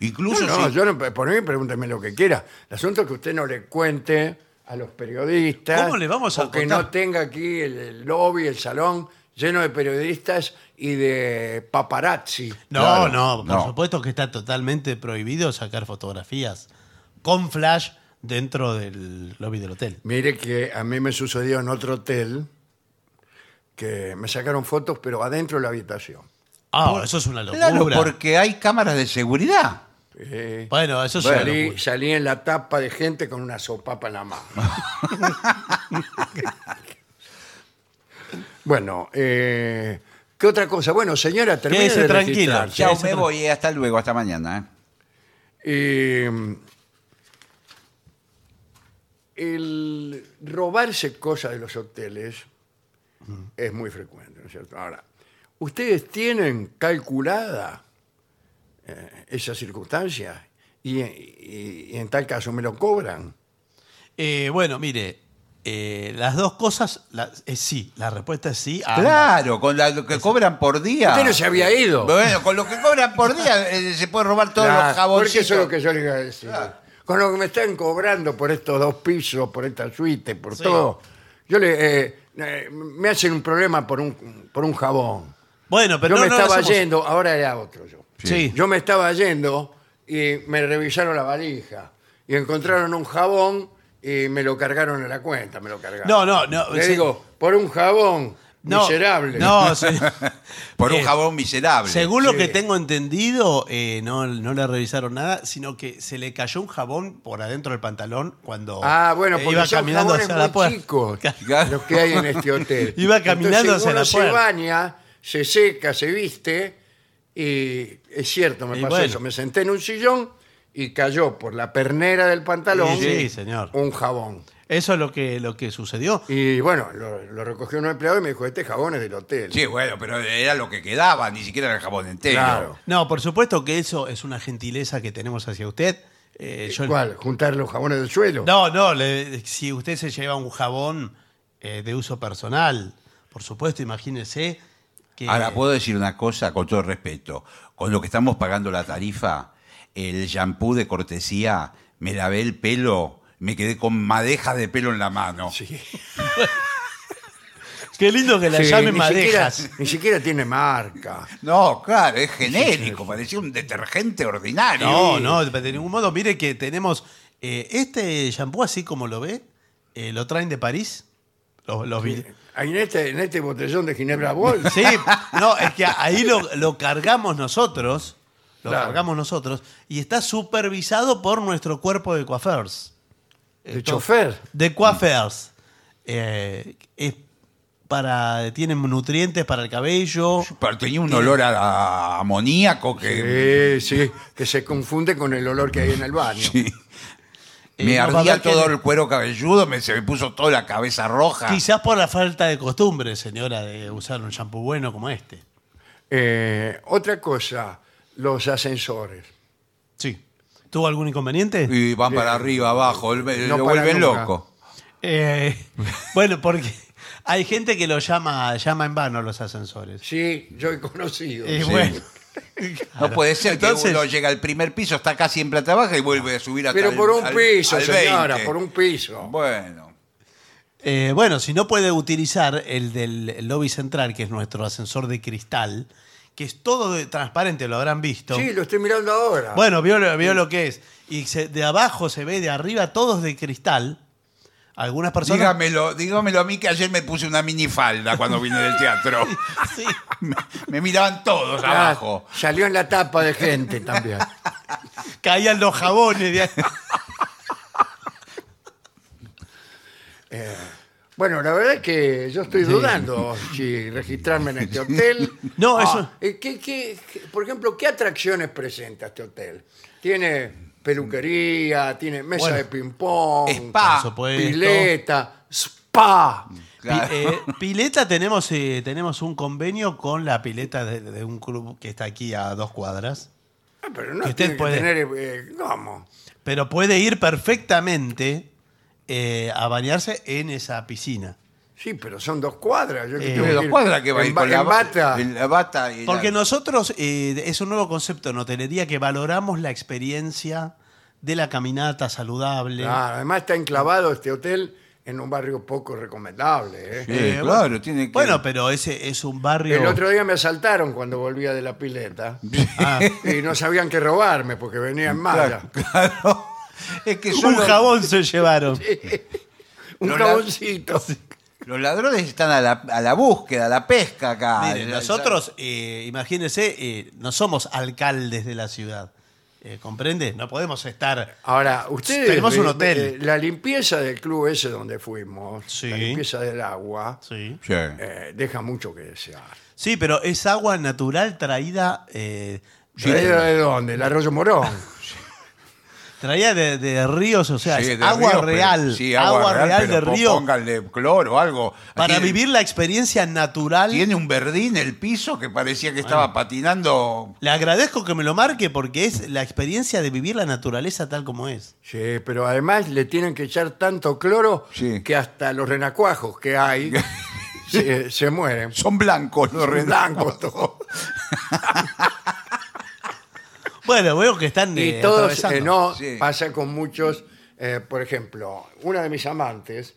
Incluso
No, no,
si-
yo no, por mí pregúnteme lo que quiera. El asunto es que usted no le cuente a los periodistas.
¿Cómo le vamos a
o que
contar?
no tenga aquí el, el lobby, el salón lleno de periodistas y de paparazzi.
No,
Claro,
no, por
no.
supuesto que está totalmente prohibido sacar fotografías con flash dentro del lobby del hotel.
Mire que a mí me sucedió en otro hotel que me sacaron fotos, pero adentro de la habitación.
Ah, eso es una locura.
Claro, porque hay cámaras de seguridad.
Eh,
Bueno, eso es una
salí,
locura.
salí en la tapa de gente con una sopapa en la mano. bueno, eh, ¿qué otra cosa? Bueno, señora, termine
Quédese
de
tranquila.
registrarse.
Chao,
Sí,
me
sí.
voy, eh, hasta luego, hasta mañana. eh.
Eh, el robarse cosas de los hoteles es muy frecuente, ¿no es cierto? Ahora, ¿ustedes tienen calculada eh, esa circunstancia? Y, y- y en tal caso me lo cobran.
Eh, bueno, mire, eh, las dos cosas, la- es sí, la respuesta es sí. a ambas.
Claro, con la- lo que cobran por día.
Ah, Usted no se había ido.
Bueno, con lo que cobran por día eh, se puede robar todos
Claro,
los
Porque
jaboncitos.
eso es lo que yo le iba a decir.
Claro.
Con lo que me están cobrando por estos dos pisos, por esta suite, por
Sí.
todo, yo le, eh, eh, me hacen un problema por un, por un jabón.
Bueno, pero
yo
no,
me
no lo
estaba
hacemos-
yendo, ahora era otro yo.
Sí.
Yo me estaba yendo y me revisaron la valija y encontraron un jabón y me lo cargaron en la cuenta, me lo cargaron.
No, no, no,
Le
sí.
digo, por un jabón
No,
miserable.
No, se-
Por un
Eh,
jabón miserable.
según lo
Sí.
que tengo entendido, eh, no, no le revisaron nada, sino que se le cayó un jabón por adentro del pantalón cuando
Ah, bueno,
eh,
porque
iba
son
caminando
jabones
hacia la
muy
puerta.
chicos
Claro.
los que hay en este hotel.
Iba caminando
Entonces,
hacia
uno
la puerta.
se baña, se seca, se viste y es cierto, me
Y
pasó
bueno.
eso. Me senté en un sillón y cayó por la pernera del pantalón
Y sí, señor.
un jabón.
Eso es lo que, lo que sucedió.
Y bueno, lo, lo recogió un empleado y me dijo, este jabón es del hotel.
Sí, bueno, pero era lo que quedaba, ni siquiera era el jabón entero.
Claro.
No, por supuesto que eso es una gentileza que tenemos hacia usted. Eh, yo-
¿Cuál? ¿Juntar los jabones del suelo?
No, no, le- si usted se lleva un jabón eh, de uso personal, por supuesto, imagínese que...
Ahora, puedo decir una cosa con todo respeto. Con lo que estamos pagando la tarifa, el shampoo de cortesía, me lavé el pelo, me quedé con madejas de pelo en la mano.
Sí.
Qué lindo que la
Sí,
llamen
ni siquiera,
madejas.
ni siquiera tiene marca.
No, claro, es genérico, parecía un detergente ordinario.
No, no, de ningún modo. Mire que tenemos Eh, este shampoo, así como lo ve, eh, lo traen de París. Los, los vi-
Ahí en este, en este botellón de Ginebra Ball.
Sí, no, es que ahí lo, lo cargamos nosotros. Lo
Claro.
cargamos nosotros. Y está supervisado por nuestro cuerpo de coiffeurs.
De
Entonces-
chofer.
De coiffeurs. Eh, es para. Tienen nutrientes para el cabello.
Pero tenía un olor a, a amoníaco que
Sí, sí, que se confunde con el olor que hay en el baño.
Eh,
me
no, va a
ardía
ver que-
todo el cuero cabelludo, me, se me puso toda la cabeza
ah.
roja.
Quizás por la falta de costumbre, señora, de usar un shampoo bueno como este.
Eh, otra cosa, los ascensores.
Sí. ¿Tuvo algún inconveniente?
Y van para arriba, abajo, el- el-
No
lo
para
vuelven
nunca.
loco.
Eh, bueno, porque hay gente que lo llama, llama en vano a los ascensores.
Sí, yo he conocido.
Y
Sí.
bueno.
No puede ser
Entonces-
que uno llega al primer piso, está casi en planta baja y vuelve a subir hasta
Pero
el-
por un
al-
piso,
al
señora,
20.
por un piso.
Bueno,
Eh, bueno, si no puede utilizar el del lobby central, que es nuestro ascensor de cristal, que es todo de- transparente, lo habrán visto.
Sí, lo estoy mirando ahora.
Bueno, vio, lo- vio lo que es. Y se- de abajo se ve, de arriba, todos de cristal. Algunas personas.
dígamelo, dígamelo a mí que ayer me puse una minifalda cuando vine del teatro.
Sí.
me, me miraban todos
Ah,
abajo.
Salió en la tapa de gente también.
caían los jabones. de ahí.
Bueno, la verdad es que yo estoy dudando si registrarme en este hotel.
No, eso-
eh, ¿qué- qué- qué- por ejemplo, ¿qué atracciones presenta este hotel? Tiene peluquería, tiene mesa
Bueno.
de ping-pong,
Spa. pues,
Por supuesto.
pileta, spa. Ah,
Claro.
Pi- eh, pileta, tenemos, eh, tenemos un convenio con la pileta de, de un club que está aquí a dos cuadras.
Ah, pero no
Que usted
tiene que
puede-
tener... eh, ¿Cómo?
Pero puede ir perfectamente eh, a bañarse en esa piscina.
Sí, pero son dos cuadras. Yo que
Eh,
tengo
Tiene
que
dos
ir
cuadras que va a
en
ir
ba-
con la,
en bata.
en la bata y la-
Porque nosotros eh, es un nuevo concepto en hotelería que valoramos la experiencia de la caminata saludable.
Ah, además está enclavado este hotel en un barrio poco recomendable. ¿eh?
Sí, claro, tiene que.
Bueno, pero ese es un barrio.
El otro día me asaltaron cuando volvía de la pileta
Ah,
y no sabían qué robarme porque venía en malla.
Claro, claro. Es que son
un
los-
jabón se llevaron.
Un
No, la-
jaboncito.
Los ladrones están a la, a la búsqueda, a la pesca acá.
Miren,
El-
nosotros, eh, imagínense, eh, no somos alcaldes de la ciudad. Eh, ¿Comprende? No podemos estar.
Ahora, ustedes.
Tenemos un
eh,
hotel.
eh, La limpieza del club ese donde fuimos,
Sí.
la limpieza del agua,
Sí.
Sí.
eh, deja mucho que desear.
pero es agua natural traída. eh,
¿Traído ¿De dónde? El arroyo Morón.
traída de, de ríos, o sea,
Sí,
es
de
agua
río, pero-
real.
sí,
agua, real,
pero
de
po-
río.
Pónganle cloro o algo.
Para
Tiene-
vivir la experiencia natural.
Tiene un verdín el piso que parecía que estaba patinando.
Le agradezco que me lo marque porque es la experiencia de vivir la naturaleza tal como es.
Sí, pero además le tienen que echar tanto cloro
Sí.
que hasta los renacuajos que hay se, se mueren.
Son blancos los
Son
redondos.
blancos todos.
Bueno, veo que están
Y
eh,
todos,
atravesando.
eh, no,
Sí.
pasa con muchos. eh, por ejemplo, una de mis amantes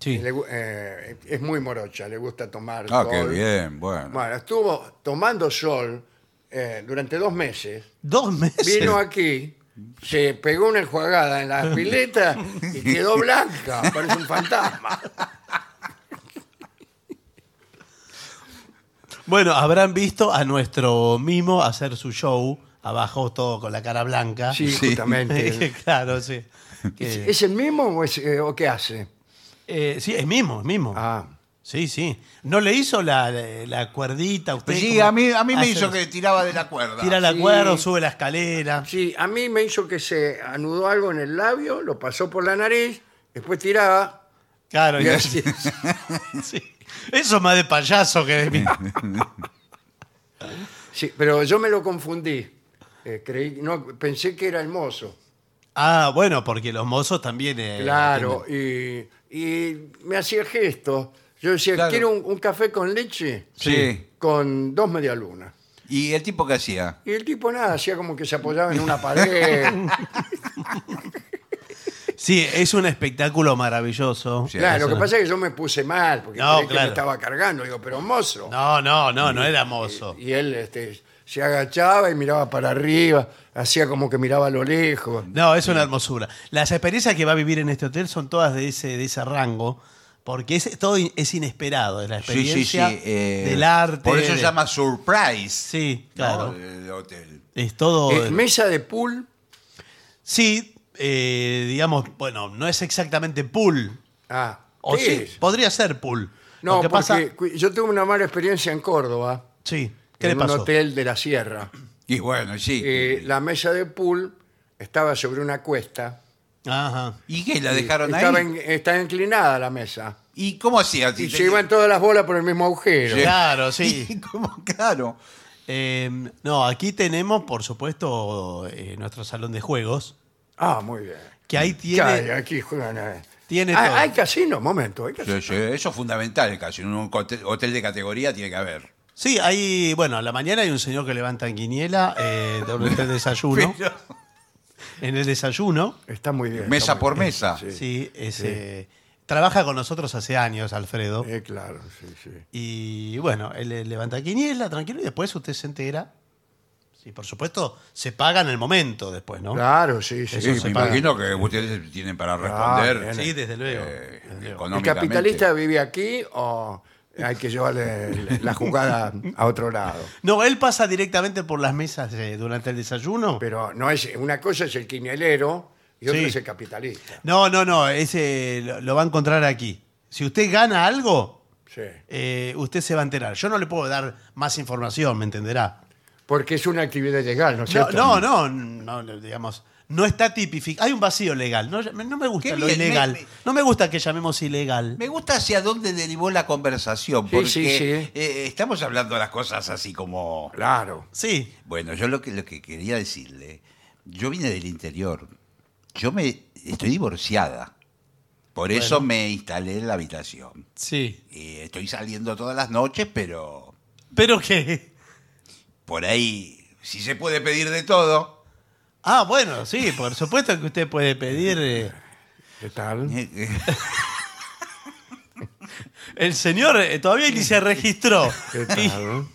Sí.
le gu- eh, es muy morocha, le gusta tomar
Ah,
sol.
qué bien, bueno.
Bueno, estuvo tomando sol eh, durante dos meses.
Dos meses.
Vino aquí, se pegó una enjuagada en la pileta y quedó blanca, parece un fantasma.
Bueno, habrán visto a nuestro mimo hacer su show abajo, todo con la cara blanca. Eh,
Sí,
Sí.
justamente.
claro, sí.
¿Es,
Que-
es el mismo o, es, eh, o qué hace?
eh, sí, es mimo, es mimo.
Ah,
Sí, sí. ¿No le hizo la, la cuerdita a usted?
Pues sí,
como
a mí, a mí me
hace-
hizo que tiraba de la cuerda.
Tira la
Sí.
cuerda, sube la escalera.
sí, a mí me hizo que se anudó algo en el labio, lo pasó por la nariz, después tiraba
Claro,
Y
y-
así-
sí. Eso es más de payaso que de mí.
sí, pero yo me lo confundí. Eh, creí, no, pensé que era el mozo.
Ah, bueno, porque los mozos también. eh,
Claro, y, y me hacía gestos. Yo decía,
Claro.
quiero un, un café con leche
Sí.
con dos medialunas.
¿Y el tipo que hacía?
Y el tipo nada, hacía como que se apoyaba en una pared.
entienden. Sí, es un espectáculo maravilloso.
Sí.
claro, lo que
eso-
pasa es que yo me puse mal, porque
No,
creí que me
claro.
estaba cargando. Digo, pero mozo.
No, no, no, no era mozo.
Y él este, se agachaba y miraba para arriba, hacía como que miraba a lo lejos.
No, es una hermosura. Las experiencias que va a vivir en este hotel son todas de ese, de ese rango, porque es, todo in- es inesperado, es la
Sí, sí, sí.
experiencia
eh,
del arte.
Por eso
de-
se llama Surprise.
Sí,
¿no? eh,
claro.
El hotel.
Es todo...
Eh, mesa de pool.
Sí, eh, digamos, bueno, no es exactamente pool.
Ah,
O
¿qué
sí,
es?
podría ser pool.
No,
Lo que
porque
pasa...
cu- yo tuve una mala experiencia en Córdoba,
Sí, ¿qué le
en un
pasó?
hotel de la sierra.
Y bueno, sí.
Eh, la mesa de pool estaba sobre una cuesta.
Ajá.
¿Y qué? ¿La dejaron ahí?
Estaba en- está inclinada la mesa.
¿Y cómo hacía?
Y se iban todas las bolas por el mismo agujero.
Sí.
Claro, sí.
¿Cómo? Claro.
Eh, no, aquí tenemos, por supuesto, eh, nuestro salón de juegos,
Ah, muy bien.
que ahí tiene...
Claro, aquí juegan. eh.
Tiene
Ah,
todo.
Hay casino, momento. Hay casino.
Sí, sí, eso es fundamental casi. En un hotel, hotel de categoría tiene que haber.
Sí, hay, bueno, a la mañana hay un señor que levanta en quiniela eh, durante el desayuno.
Pero-
en el desayuno,
Está muy bien.
Mesa
está muy
por
bien.
mesa.
Sí,
sí, es, eh, trabaja con nosotros hace años, Alfredo.
Eh, claro, sí, sí.
Y bueno, él eh, levanta quiniela, tranquilo, y después usted se entera. Sí, por supuesto, se paga en el momento después, ¿no?
Claro, sí, sí.
Eso
Sí,
se
me
paga.
imagino que ustedes tienen para
Ah,
responder.
bien.
Sí, desde luego.
eh,
desde luego.
¿El
económicamente.
capitalista vive aquí o hay que llevarle la jugada a otro lado?
No, él pasa directamente por las mesas eh, durante el desayuno.
Pero no es una cosa es el quinielero y otra
Sí.
es el capitalista.
No, no, no, ese lo, lo va a encontrar aquí. Si usted gana algo,
Sí.
eh, usted se va a enterar. Yo no le puedo dar más información, ¿me entenderá?
Porque es una actividad legal, ¿no es
No,
cierto?
no, no, no, no, digamos, no está tipificado. Hay un vacío legal. No, no me gusta
Qué
lo
bien, me-
ilegal.
me-
No me gusta que llamemos ilegal.
Me gusta hacia dónde derivó la conversación,
Sí,
porque
sí, sí.
eh, estamos hablando de las cosas así como...
Claro.
Sí,
Bueno, yo lo que, lo que quería decirle, yo vine del interior, yo me estoy divorciada, por eso me instalé en la habitación.
sí.
Y estoy saliendo todas las noches, pero
Pero que.
por ahí, si se puede pedir de todo,
Ah, bueno, sí, por supuesto que usted puede pedir. eh,
¿Qué tal?
eh, eh,
El señor eh, todavía ni se registró.
¿Qué
Y-
tal?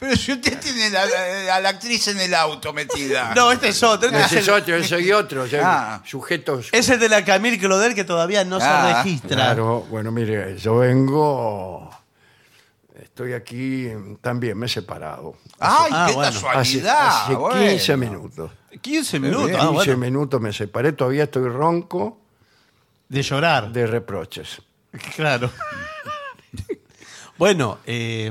Pero si usted tiene la- a la actriz en el auto metida.
no, este es otro. Este
Ese
es,
es
el,
otro, ese y otro. ya
Ah.
Sujetos.
es el de la Camille Clodel que todavía no se
Ah,
registra.
Claro, bueno, mire, yo vengo. Estoy aquí mm, también, me he separado.
¡Ay,
Ah,
qué
bueno.
Hace,
casualidad!
hace
bueno.
15 minutos.
15 minutos. ah,
15
bueno,
minutos me separé, todavía estoy ronco
de llorar.
de reproches.
Claro. bueno, eh,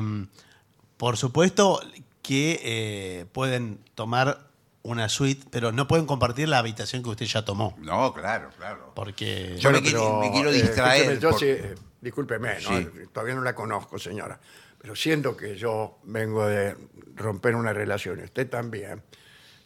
por supuesto que eh, pueden tomar una suite, pero no pueden compartir la habitación que usted ya tomó.
No, claro, claro.
Porque.
Yo- me quiero- me quiero distraer,
escúcheme, yo
por-
sí, eh, discúlpeme, ¿no?
Sí.
todavía no la conozco, señora. Pero siento que yo vengo de romper una relación, y usted también.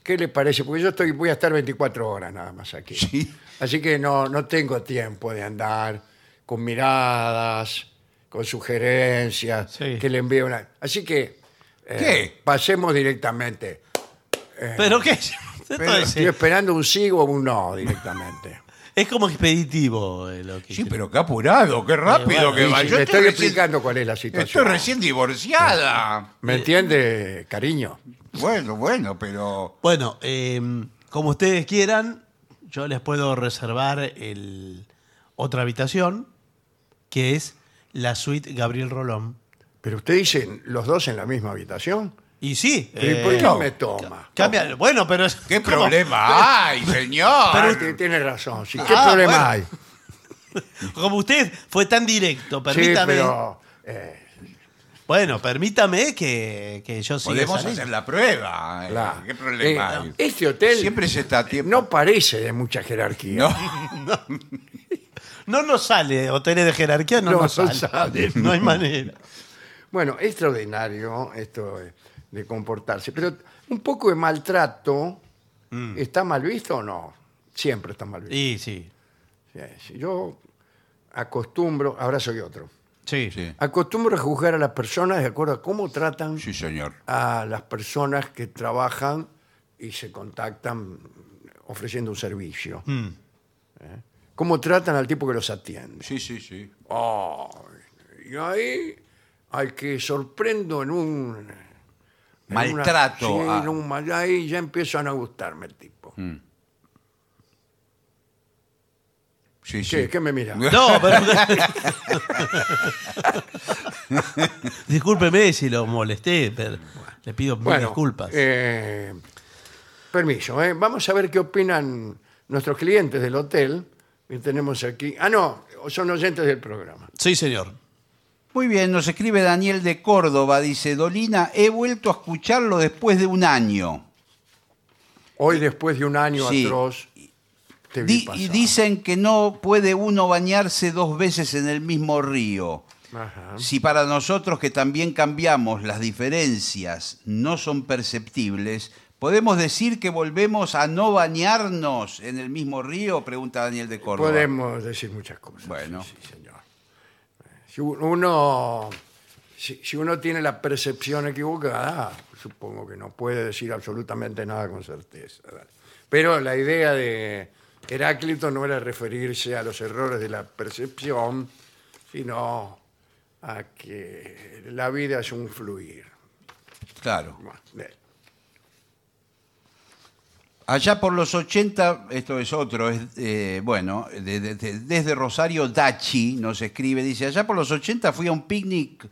¿Qué le parece? Porque yo estoy, voy a estar 24 horas nada más aquí.
Sí.
Así que no, no tengo tiempo de andar con miradas, con sugerencias,
Sí.
que le envíe una. Así que eh,
¿Qué?
pasemos directamente.
¿Pero qué? Esto
Pero-
es,
Estoy esperando un sí o un no directamente.
es como expeditivo eh, lo que.
Sí, pero qué apurado, qué rápido
bueno,
que
Sí,
va.
sí,
Yo
le estoy
recién-
explicando cuál es la
Estoy
situación.
recién divorciada.
¿Me entiende, cariño?
Bueno, bueno, pero.
Bueno, eh, como ustedes quieran, yo les puedo reservar el, otra habitación, que es la suite Gabriel Rolón.
Pero usted dice los dos en la misma habitación.
Y sí.
¿Y por
eh,
qué no me toma?
cambia- Bueno, pero. es-
¿Qué
¿cómo?
problema hay, señor?
Ah, usted tiene razón. sí, ¿Qué
Ah,
problema
bueno.
hay?
Como usted fue tan directo,
Sí,
permítame.
pero eh,
Bueno, permítame que, que yo siga.
Podemos
saliendo.
hacer la prueba. eh.
la-
¿Qué problema
eh,
hay?
Este hotel
Siempre se está a tiempo.
no parece de mucha jerarquía.
No.
No nos sale, hoteles de jerarquía no,
No,
nos
no
sale.
sale.
No hay manera.
Bueno, extraordinario esto de- de comportarse. Pero un poco de maltrato, ¿está mal visto o no? Siempre está mal visto.
Y sí,
Sí, sí, Yo acostumbro, ahora soy otro,
sí.
Sí.
acostumbro a juzgar a las personas de acuerdo a cómo tratan
Sí, señor.
a las personas que
Mm.
trabajan y se contactan ofreciendo un servicio. ¿Eh? cómo tratan al tipo que los atiende.
Sí, sí, sí.
Y ahí al que sorprendo en un... en una-
Maltrato
sí,
a- Mm.
en un mal- ahí ya empiezan a gustarme el tipo.
Sí,
¿Qué,
sí.
¿Qué me mira?
No, pero. Discúlpeme si lo molesté, pero le pido mil disculpas.
eh, permiso, eh. vamos a ver qué opinan nuestros clientes del hotel que tenemos aquí. Ah, no, son oyentes del programa.
Sí, señor.
Muy bien, nos escribe Daniel de Córdoba, dice, Dolina, he vuelto a escucharlo después de un año.
Hoy, después de un año
Sí.
atroz, te vi
Di- y
pasar.
dicen que no puede uno bañarse dos veces en el mismo río.
Ajá.
Si para nosotros que también cambiamos las diferencias no son perceptibles, ¿podemos decir que volvemos a no bañarnos en el mismo río? Pregunta Daniel de Córdoba.
Podemos decir muchas cosas.
Bueno.
Sí, sí, señor. Si u- uno, si, si uno tiene la percepción equivocada, supongo que no puede decir absolutamente nada con certeza. Pero la idea de Heráclito no era referirse a los errores de la percepción, sino a que la vida es un fluir.
Claro.
Bueno, bien.
Allá por los 80, esto es otro, es, eh, bueno, de- de- de- desde Rosario Dachi nos escribe, dice, allá por los 80 fui a un picnic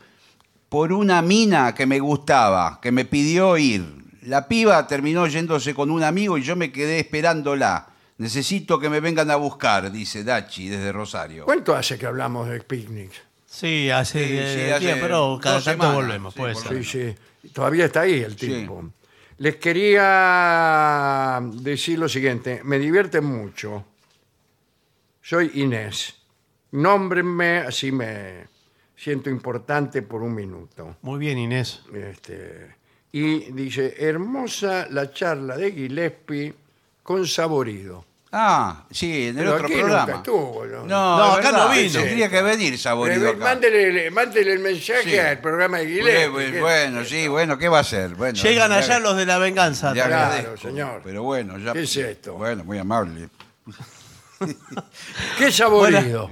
por una mina que me gustaba, que me pidió ir. La piba terminó yéndose con un amigo y yo me quedé esperándola. Necesito que me vengan a buscar, dice Dachi desde Rosario.
¿Cuánto hace que hablamos de picnics?
Sí, hace.
Sí, sí,
eh,
hace
tiempo, pero
dos
cada tanto
semanas,
volvemos,
sí,
puede
por
ser.
Sí,
lo
sí. Todavía está ahí el
Sí.
tipo. Les quería decir lo siguiente. Me divierte mucho. Soy Inés. Nómbrenme, así me siento importante por un minuto.
Muy bien, Inés.
Este, y dice, hermosa la charla de Gillespie con saborido.
Ah, sí, en el
Pero
otro
aquí
programa.
Nunca estuvo, ¿no?
No,
No,
es
acá
verdad,
no vino.
Tendría que venir Saborido
Eh,
acá.
Mándele, mándele el mensaje
Sí.
al programa de
Eh,
Gillespie. que-
Bueno, sí, bueno, ¿qué va a hacer? Bueno,
Llegan
ya-
allá los de la venganza.
Le
Claro,
agradezco,
señor.
Pero bueno, ya.
¿Qué es esto?
Bueno, muy amable.
Qué saborido.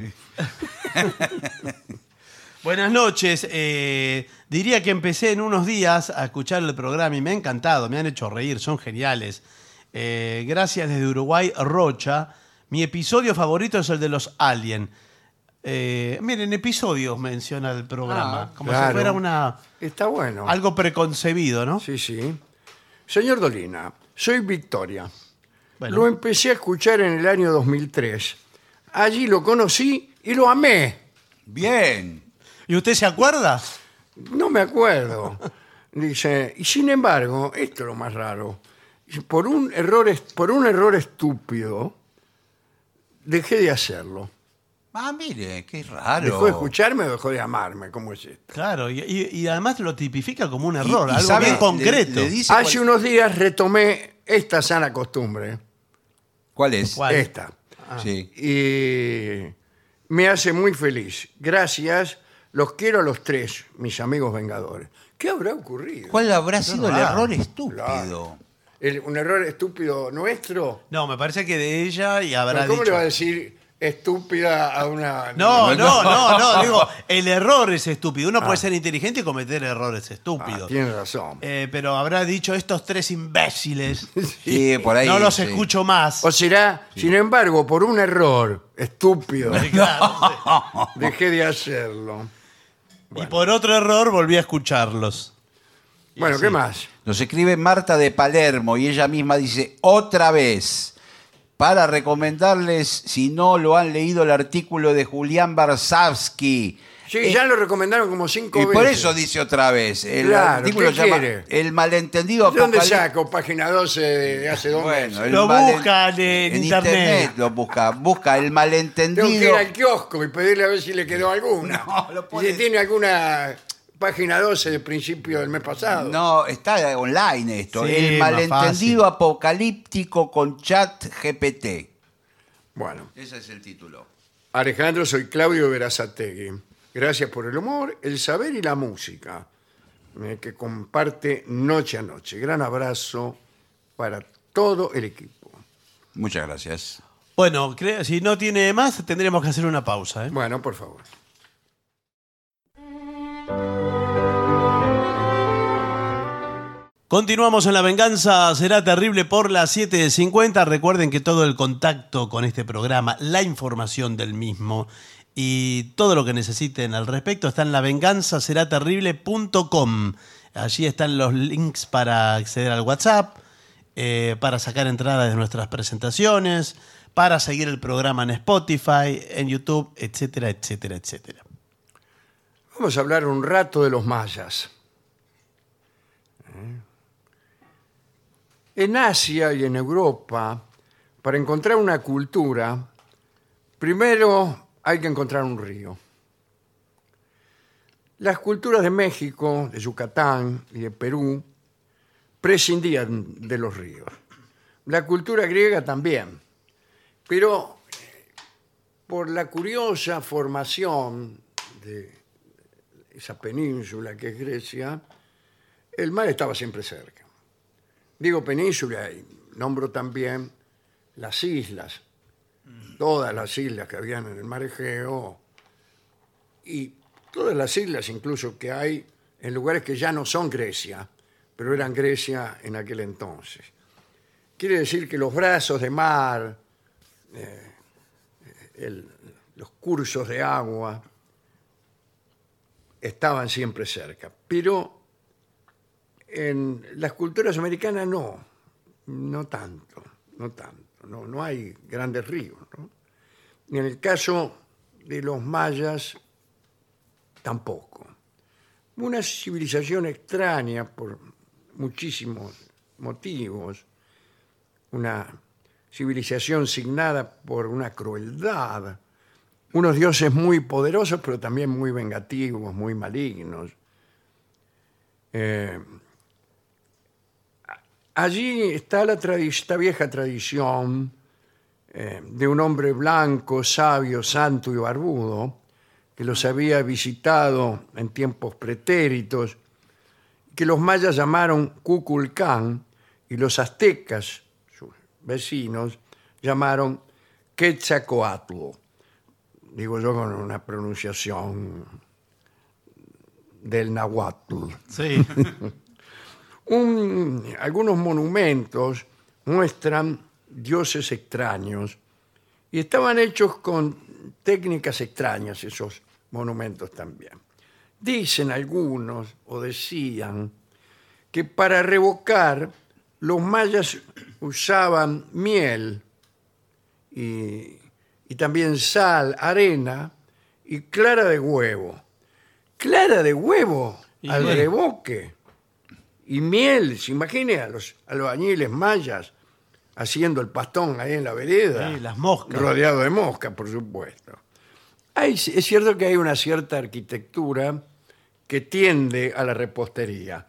Buenas noches. eh, diría que empecé en unos días a escuchar el programa y me ha encantado, me han hecho reír, son geniales. Eh, gracias desde Uruguay, Rocha. Mi episodio favorito es el de los Alien. Eh, miren, episodios menciona el programa,
Ah,
como
claro.
si fuera una
Está bueno.
algo preconcebido, ¿no?
Sí, sí. Señor Dolina, soy Victoria.
Bueno.
Lo em- empecé a escuchar en el año 2003. Allí lo conocí y lo amé.
Bien.
¿Y usted se acuerda?
No me acuerdo. Dice, y sin embargo, esto es lo más raro. dice, Por un error, est- por un error estúpido, dejé de hacerlo.
Ah, mire, qué raro.
Dejó de escucharme o dejó de amarme. ¿Cómo es esto?
Claro, y, y- y además lo tipifica como un
Y-
error,
y
algo
sabe,
bien
le-
concreto.
le dice
Hace
cuál,
unos días retomé esta sana costumbre.
cuál es?
¿Cuál?
Esta.
Sí.
y me hace muy feliz. Gracias, los quiero a los tres, mis amigos vengadores. ¿Qué habrá ocurrido?
¿Cuál habrá sido el
raro.
error estúpido?
Claro. El- ¿Un error estúpido nuestro?
No, me parece que de ella y habrá
Pero ¿Cómo le
dicho-
va a decir estúpida a una...
No, no,
No.
no, no, digo, el error es estúpido. Uno puede ser inteligente y cometer errores
Ah,
estúpidos.
tiene razón.
Eh, pero habrá dicho estos tres imbéciles.
Sí, por ahí.
no los
sí.
escucho más.
O será, sin embargo, por un error estúpido,
Claro, sí.
dejé de hacerlo.
Y por otro error volví a escucharlos.
Bueno, ¿qué más?
Nos escribe Marta de Palermo y ella misma dice otra vez para recomendarles, si no lo han leído, el artículo de Julián Barsavsky.
Sí,
Eh,
ya lo recomendaron como cinco
y
veces.
por eso dice otra vez. El
Claro,
artículo
¿qué
llama
quiere?
El malentendido
¿De dónde
apocalipsis-
saco? Página 12 de de hace dos meses.
el
Lo
malen-
busca en internet.
Lo busca, busca el
Tengo que ir
malentendido.
al kiosco y pedirle a ver si le quedó alguna.
No, lo pone-
Si tiene alguna página 12 de principio del mes pasado.
No, está online esto.
Sí,
el
más
malentendido apocalíptico con chat GPT.
Bueno,
Ese es el título.
Alejandro, soy Claudio Verazategui. Gracias por el humor, el saber y la música eh, que comparte noche a noche. Gran abrazo para todo el equipo.
Muchas gracias.
Bueno, creo- si no tiene más, tendremos que hacer una pausa. ¿eh?
Bueno, por favor.
Continuamos en La Venganza Será Terrible por las 7.50. Recuerden que todo el contacto con este programa, la información del mismo y todo lo que necesiten al respecto está en lavenganzaseraterrible.com. Allí están los links para acceder al WhatsApp, eh, para sacar entradas de nuestras presentaciones, para seguir el programa en Spotify, en YouTube, etcétera, etcétera, etcétera.
Vamos a hablar un rato de los mayas. ¿Eh? En Asia y en Europa, para encontrar una cultura, primero hay que encontrar un río. Las culturas de México, de Yucatán y de Perú prescindían de los ríos. La cultura griega también, pero eh, por la curiosa formación de esa península que es Grecia, el mar estaba siempre cerca. Digo península y nombro también las islas, todas las islas que habían en el mar Egeo y todas las islas incluso que hay en lugares que ya no son Grecia, pero eran Grecia en aquel entonces. Quiere decir que los brazos de mar, eh, el- los cursos de agua, estaban siempre cerca. Pero en las culturas americanas no, no tanto, no tanto, no, no hay grandes ríos. ¿no? Y en el caso de los mayas, tampoco. Una civilización extraña por muchísimos motivos, una civilización signada por una crueldad, unos dioses muy poderosos, pero también muy vengativos, muy malignos. Eh, a- allí está la tradi- esta vieja tradición eh, de un hombre blanco, sabio, santo y barbudo, que los había visitado en tiempos pretéritos, que los mayas llamaron Cuculcán y los aztecas, sus vecinos, llamaron Quetzalcoatl digo yo con una pronunciación del nahuatl.
Sí.
Un- algunos monumentos muestran dioses extraños y estaban hechos con técnicas extrañas esos monumentos también. Dicen algunos o decían que para revocar los mayas usaban miel y, y también sal, arena y clara de huevo. Clara de huevo
Y
al
bueno.
revoque. Y miel, se imagine a los albañiles mayas haciendo el pastón ahí en la vereda.
Sí, las moscas.
Rodeado de moscas, por supuesto. Hay- es cierto que hay una cierta arquitectura que tiende a la repostería.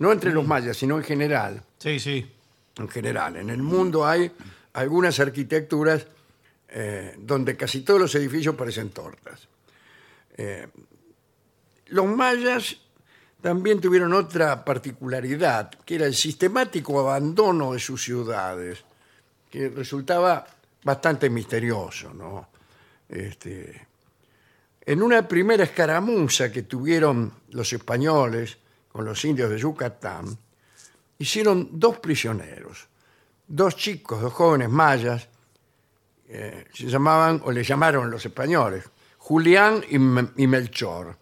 No entre
Mm.
los mayas, sino en general
sí, sí.
en general. En el mundo hay algunas arquitecturas eh, donde casi todos los edificios parecen tortas. Eh, los mayas también tuvieron otra particularidad, que era el sistemático abandono de sus ciudades, que resultaba bastante misterioso. ¿no? Este, en una primera escaramuza que tuvieron los españoles con los indios de Yucatán, hicieron dos prisioneros, dos chicos, dos jóvenes mayas, eh, se llamaban, o le llamaron los españoles, Julián y, Me- y Melchor.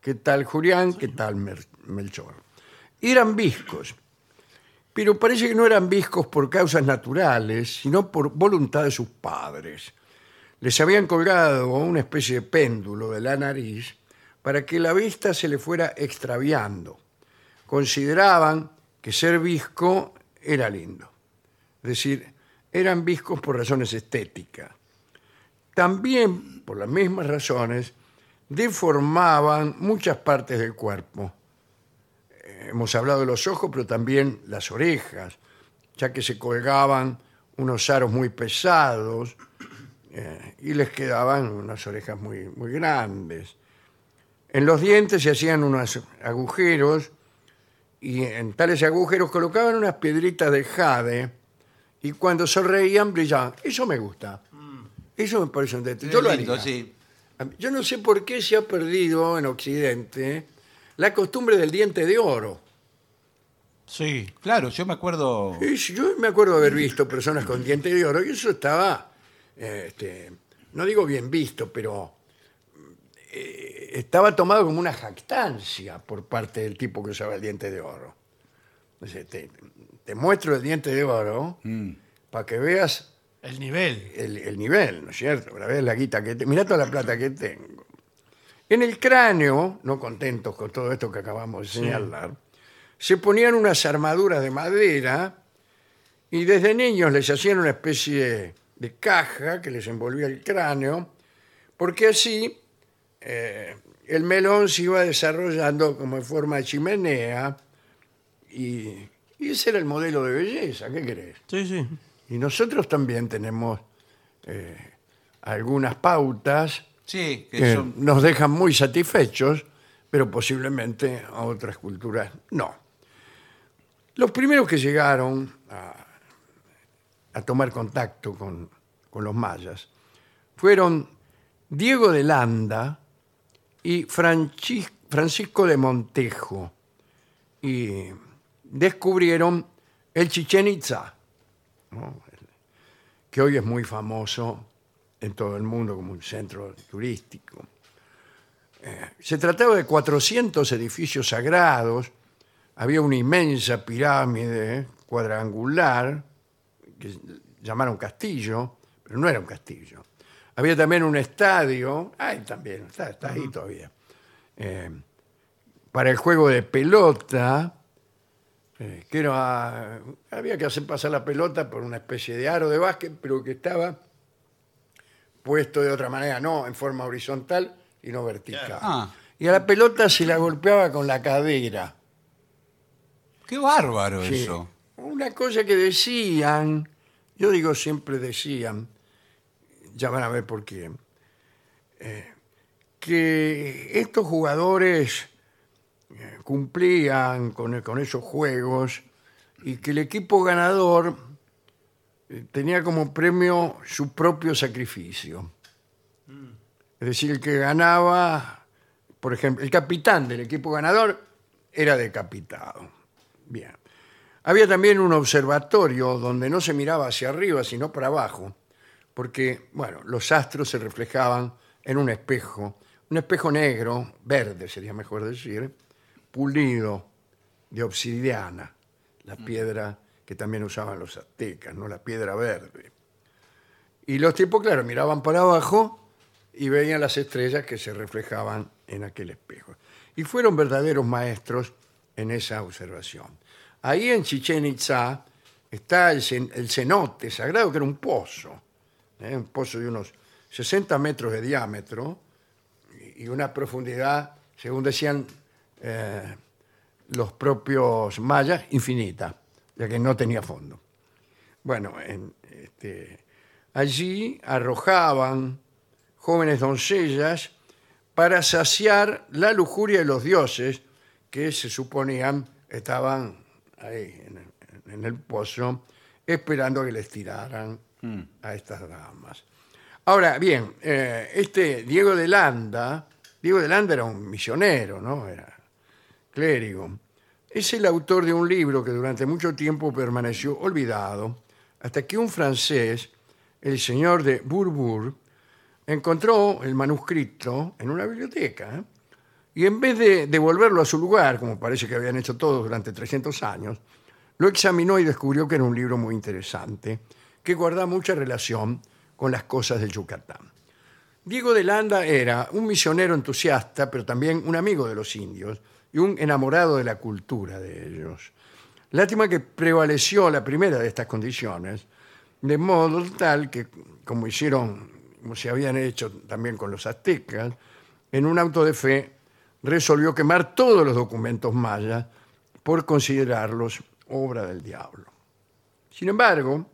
¿Qué tal Julián? ¿Qué tal Mer- Melchor? Eran viscos, pero parece que no eran viscos por causas naturales, sino por voluntad de sus padres. Les habían colgado una especie de péndulo de la nariz para que la vista se le fuera extraviando consideraban que ser visco era lindo. Es decir, eran viscos por razones estéticas. También, por las mismas razones, deformaban muchas partes del cuerpo. Eh, Hemos hablado de los ojos, pero también las orejas, ya que se colgaban unos aros muy pesados eh, y les quedaban unas orejas muy, muy grandes. En los dientes se hacían unos agujeros y en tales agujeros colocaban unas piedritas de jade y cuando se reían brillaban. Eso me gusta. Eso me parece un detalle. Yo lo
Mm. Lindo,
haría.
sí.
Yo no sé por qué se ha perdido en Occidente la costumbre del diente de oro.
Sí.
Claro, yo me acuerdo.
Y si yo me acuerdo haber visto personas con diente de oro y eso estaba, eh, este, no digo bien visto, pero eh, estaba tomado como una jactancia por parte del tipo que usaba el diente de oro. Dice, te, te muestro el diente de oro para que veas
El nivel.
el, el nivel, ¿no es cierto? Para ver la guita que tengo. Mirá toda la plata que tengo. En el cráneo, no contentos con todo esto que acabamos de señalar, se ponían unas armaduras de madera y desde niños les hacían una especie de caja que les envolvía el cráneo, porque así eh, el melón se iba desarrollando como en forma de chimenea y, y ese era el modelo de belleza, ¿qué crees?
Sí, sí.
Y nosotros también tenemos eh, algunas pautas
Sí, que
que
son.
nos dejan muy satisfechos, pero posiblemente a otras culturas no. Los primeros que llegaron a, a tomar contacto con, con los mayas fueron Diego de Landa y Franchis- Francisco de Montejo, y descubrieron el Chichen Itza que hoy es muy famoso en todo el mundo como un centro turístico. Eh, se trataba de 400 edificios sagrados, había una inmensa pirámide cuadrangular, que llamaron castillo, pero no era un castillo. Había también un estadio, hay también, está, está ahí todavía, eh, para el juego de pelota, eh, que era- había que hacer pasar la pelota por una especie de aro de básquet, pero que estaba puesto de otra manera, no en forma horizontal, sino vertical.
Ah.
Y a la pelota se la golpeaba con la cadera.
Qué bárbaro
Sí.
eso.
Una cosa que decían, yo digo siempre decían, ya van a ver por qué, eh, que estos jugadores eh, cumplían con, con esos juegos y que el equipo ganador eh, tenía como premio su propio sacrificio. Es decir, el que ganaba, por ejemplo, el capitán del equipo ganador era decapitado. Bien. Había también un observatorio donde no se miraba hacia arriba, sino para abajo, porque, bueno, los astros se reflejaban en un espejo, un espejo negro, verde sería mejor decir, pulido de obsidiana, la piedra que también usaban los aztecas, no la piedra verde. Y los tipos, claro, miraban para abajo y veían las estrellas que se reflejaban en aquel espejo. Y fueron verdaderos maestros en esa observación. Ahí en Chichen Itza está el, cen- el cenote sagrado, que era un pozo, ¿eh? un pozo de unos 60 metros de diámetro y y una profundidad, según decían eh, los propios mayas, infinita, ya que no tenía fondo. Bueno, en- este, allí arrojaban jóvenes doncellas para saciar la lujuria de los dioses que se suponían estaban ahí en el, en el pozo esperando que les tiraran a estas damas. Ahora, bien, eh, este Diego de Landa, Diego de Landa era un misionero, ¿no? Era clérigo. Es el autor de un libro que durante mucho tiempo permaneció olvidado, hasta que un francés, el señor de Bourbourg, encontró el manuscrito en una biblioteca ¿eh? y en vez de devolverlo a su lugar, como parece que habían hecho todos durante 300 años, lo examinó y descubrió que era un libro muy interesante, que guardaba mucha relación con las cosas del Yucatán. Diego de Landa era un misionero entusiasta, pero también un amigo de los indios y un enamorado de la cultura de ellos. Lástima que prevaleció la primera de estas condiciones, de modo tal que, como hicieron, como se habían hecho también con los aztecas, en un auto de fe resolvió quemar todos los documentos mayas por considerarlos obra del diablo. Sin embargo,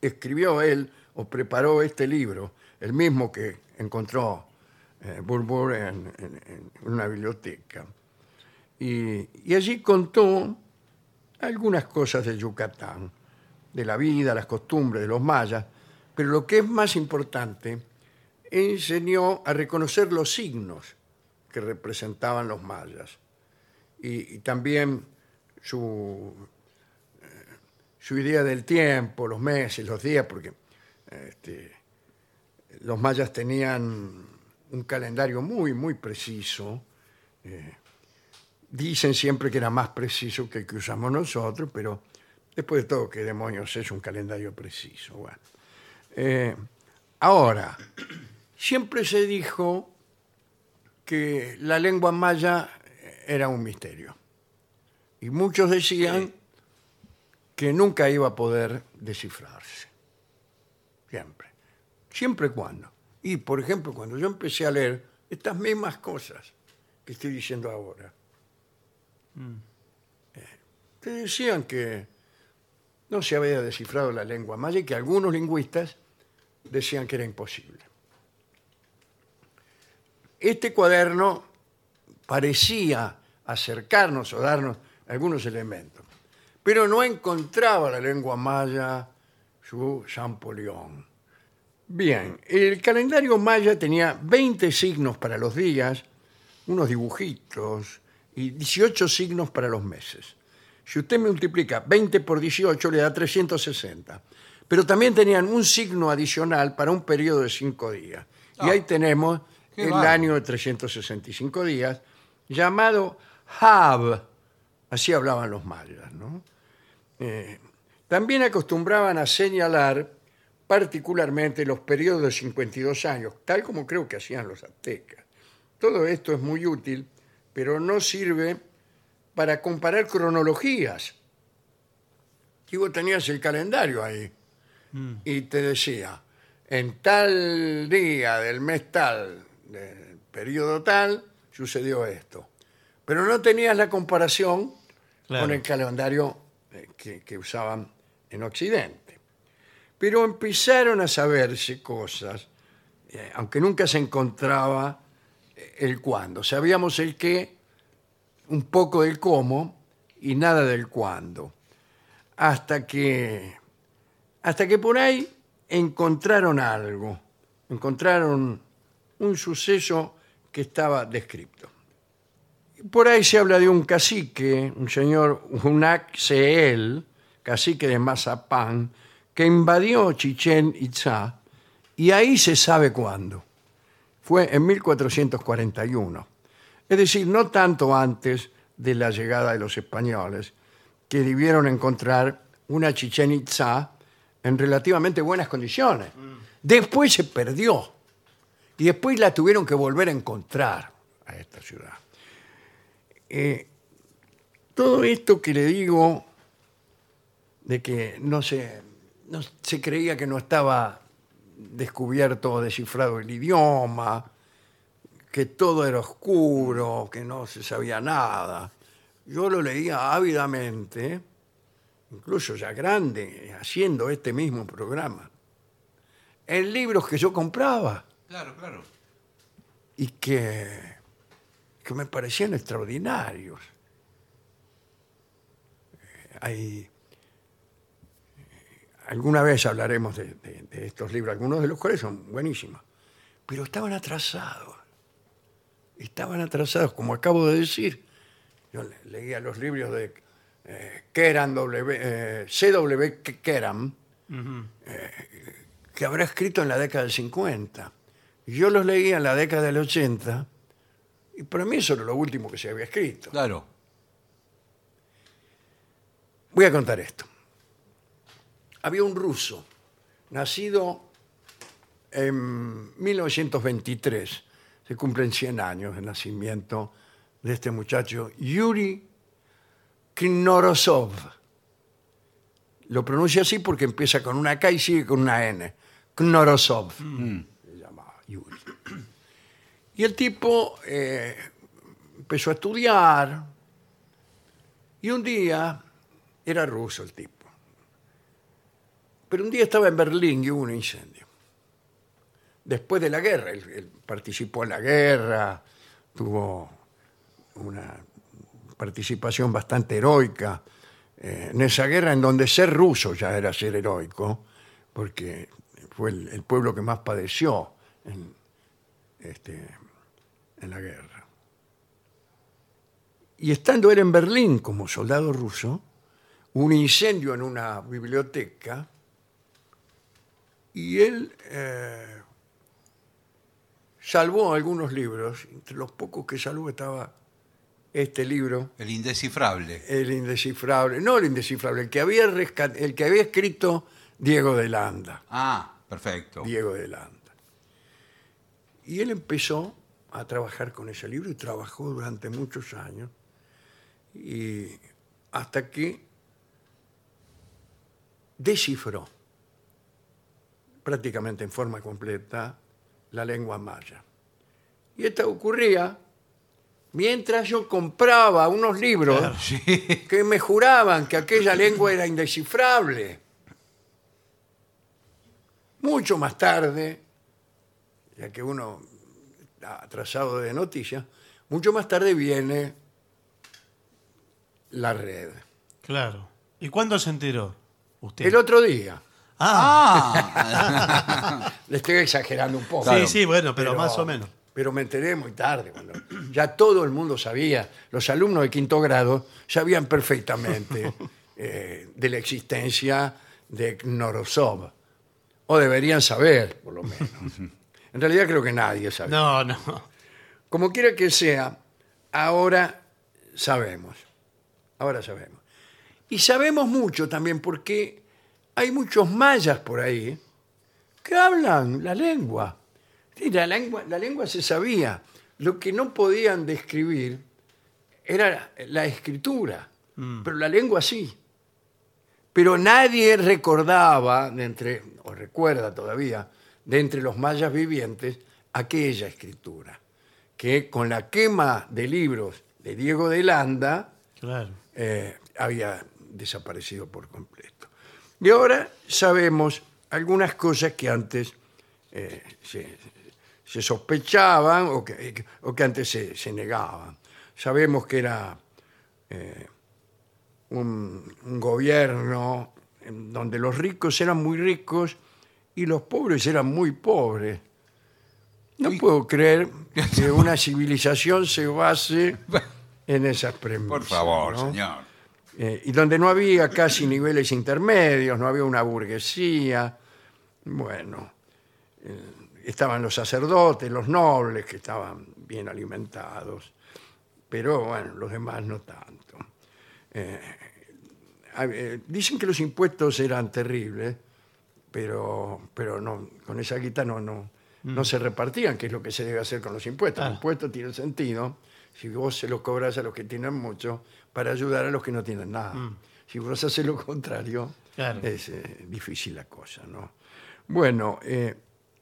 escribió él o preparó este libro, el mismo que encontró eh, Bourbourg en, en- en una biblioteca. Y, y allí contó algunas cosas de Yucatán, de la vida, las costumbres de los mayas, pero lo que es más importante, enseñó a reconocer los signos que representaban los mayas y, y también su, eh, su idea del tiempo, los meses, los días, porque este, los mayas tenían un calendario muy, muy preciso. eh, dicen siempre que era más preciso que el que usamos nosotros, pero después de todo, ¿qué demonios es un calendario preciso? Bueno. Eh, ahora, siempre se dijo que la lengua maya era un misterio. Y muchos decían que nunca iba a poder descifrarse. Siempre. Siempre cuando. Y, por ejemplo, cuando yo empecé a leer estas mismas cosas que estoy diciendo ahora, eh, te decían que no se había descifrado la lengua maya y que algunos lingüistas decían que era imposible. Este cuaderno parecía acercarnos o darnos algunos elementos, pero no encontraba la lengua maya su Champollion. Bien, el calendario maya tenía 20 signos para los días, unos dibujitos y 18 signos para los meses. Si usted multiplica 20 por 18 le da 360. Pero también tenían un signo adicional para un periodo de 5 días. Y ahí tenemos
Ah, qué
el
bárbaro.
año de 365 días, llamado Hab. Así hablaban los mayas, ¿no? Eh, también acostumbraban a señalar particularmente los periodos de 52 años, tal como creo que hacían los aztecas. Todo esto es muy útil, pero no sirve para comparar cronologías. Y vos tenías el calendario ahí y te decía, en tal día del mes tal, del periodo tal, sucedió esto. Pero no tenías la comparación
Claro.
con el calendario eh, que, que usaban en Occidente. Pero empezaron a saberse cosas, eh, aunque nunca se encontraba eh, el cuándo. Sabíamos el qué, un poco del cómo y nada del cuándo. Hasta que hasta que por ahí encontraron algo, encontraron un suceso que estaba descrito. Por ahí se habla de un cacique, un señor Hunac Seel, cacique de Mazapán, que invadió Chichén Itzá y ahí se sabe cuándo. Fue en 1441. Es decir, no tanto antes de la llegada de los españoles, que debieron encontrar una Chichén Itzá en relativamente buenas condiciones. Después se perdió y después la tuvieron que volver a encontrar a esta ciudad. Eh, todo esto que le digo de que no se, no se creía que no estaba descubierto o descifrado el idioma, que todo era oscuro, que no se sabía nada. Yo lo leía ávidamente, incluso ya grande, haciendo este mismo programa, en libros que yo compraba
Claro, claro.
y que, que me parecían extraordinarios. Eh, Hay, alguna vez hablaremos de, de- de estos libros, algunos de los cuales son buenísimos, pero estaban atrasados, estaban atrasados, como acabo de decir. Yo le- leía los libros de eh, Keram W., eh, C.W. Keram, que habrá escrito en la década del 50. Y Yo los leía en la década del 80 y para mí eso era lo último que se había escrito.
Claro.
Voy a contar esto. Había un ruso, nacido en 1923, se cumplen 100 años de nacimiento de este muchacho, Yuri Knorosov. Lo pronuncia así porque empieza con una K y sigue con una N. Knorosov. Se llamaba Yuri. Y el tipo eh, empezó a estudiar, y un día, era ruso el tipo, pero un día estaba en Berlín y hubo un incendio. Después de la guerra, él, él participó en la guerra, tuvo una participación bastante heroica eh, en esa guerra en donde ser ruso ya era ser heroico, porque fue el, el pueblo que más padeció en, este, en la guerra. Y estando él en Berlín como soldado ruso, un incendio en una biblioteca y él eh, salvó algunos libros. Entre los pocos que salvó estaba este libro,
El indescifrable.
El Indescifrable. No el Indescifrable, el que había, rescat- el que había escrito Diego de Landa.
Ah, perfecto.
Diego de Landa. Y él empezó a trabajar con ese libro y trabajó durante muchos años. Y hasta que descifró prácticamente en forma completa la lengua maya. Y esto ocurría mientras yo compraba unos libros que me juraban que aquella lengua era indescifrable. Mucho más tarde, ya que uno está atrasado de noticias, mucho más tarde viene la red.
Claro. ¿Y cuándo se enteró usted?
El otro día,
Ah,
Ah,
le estoy exagerando un poco.
claro.
sí, sí, bueno, pero, más o menos.
Pero me enteré muy tarde, cuando ya todo el mundo sabía, los alumnos de quinto grado sabían perfectamente eh, de la existencia de Knorosov, o deberían saber, por lo menos. En realidad creo que nadie sabía.
No, no.
Como quiera que sea, ahora sabemos. Ahora sabemos. Y sabemos mucho también porque hay muchos mayas por ahí que hablan la lengua. Sí, la lengua, la lengua se sabía. Lo que no podían describir era la escritura, pero la lengua sí. Pero nadie recordaba, de entre, o recuerda todavía, de entre los mayas vivientes, aquella escritura, que con la quema de libros de Diego de Landa,
Claro.
eh, había desaparecido por completo. Y ahora sabemos algunas cosas que antes eh, se, se sospechaban o que, o que antes se, se negaban. Sabemos que era eh, un, un gobierno en donde los ricos eran muy ricos y los pobres eran muy pobres. No puedo creer que una civilización se base en esas premisas.
por favor,
¿no?
señor.
Eh, y donde no había casi niveles intermedios, no había una burguesía, bueno, eh, estaban los sacerdotes, los nobles que estaban bien alimentados, pero bueno, los demás no tanto. Eh, a- eh, dicen que los impuestos eran terribles, pero, pero no, con esa guita no, no, no se repartían, que es lo que se debe hacer con los impuestos.
Claro.
Los impuestos tienen sentido si vos se los cobras a los que tienen mucho para ayudar a los que no tienen nada. Si vos haces lo contrario,
Claro.
es eh, difícil la cosa, ¿no? Bueno, eh,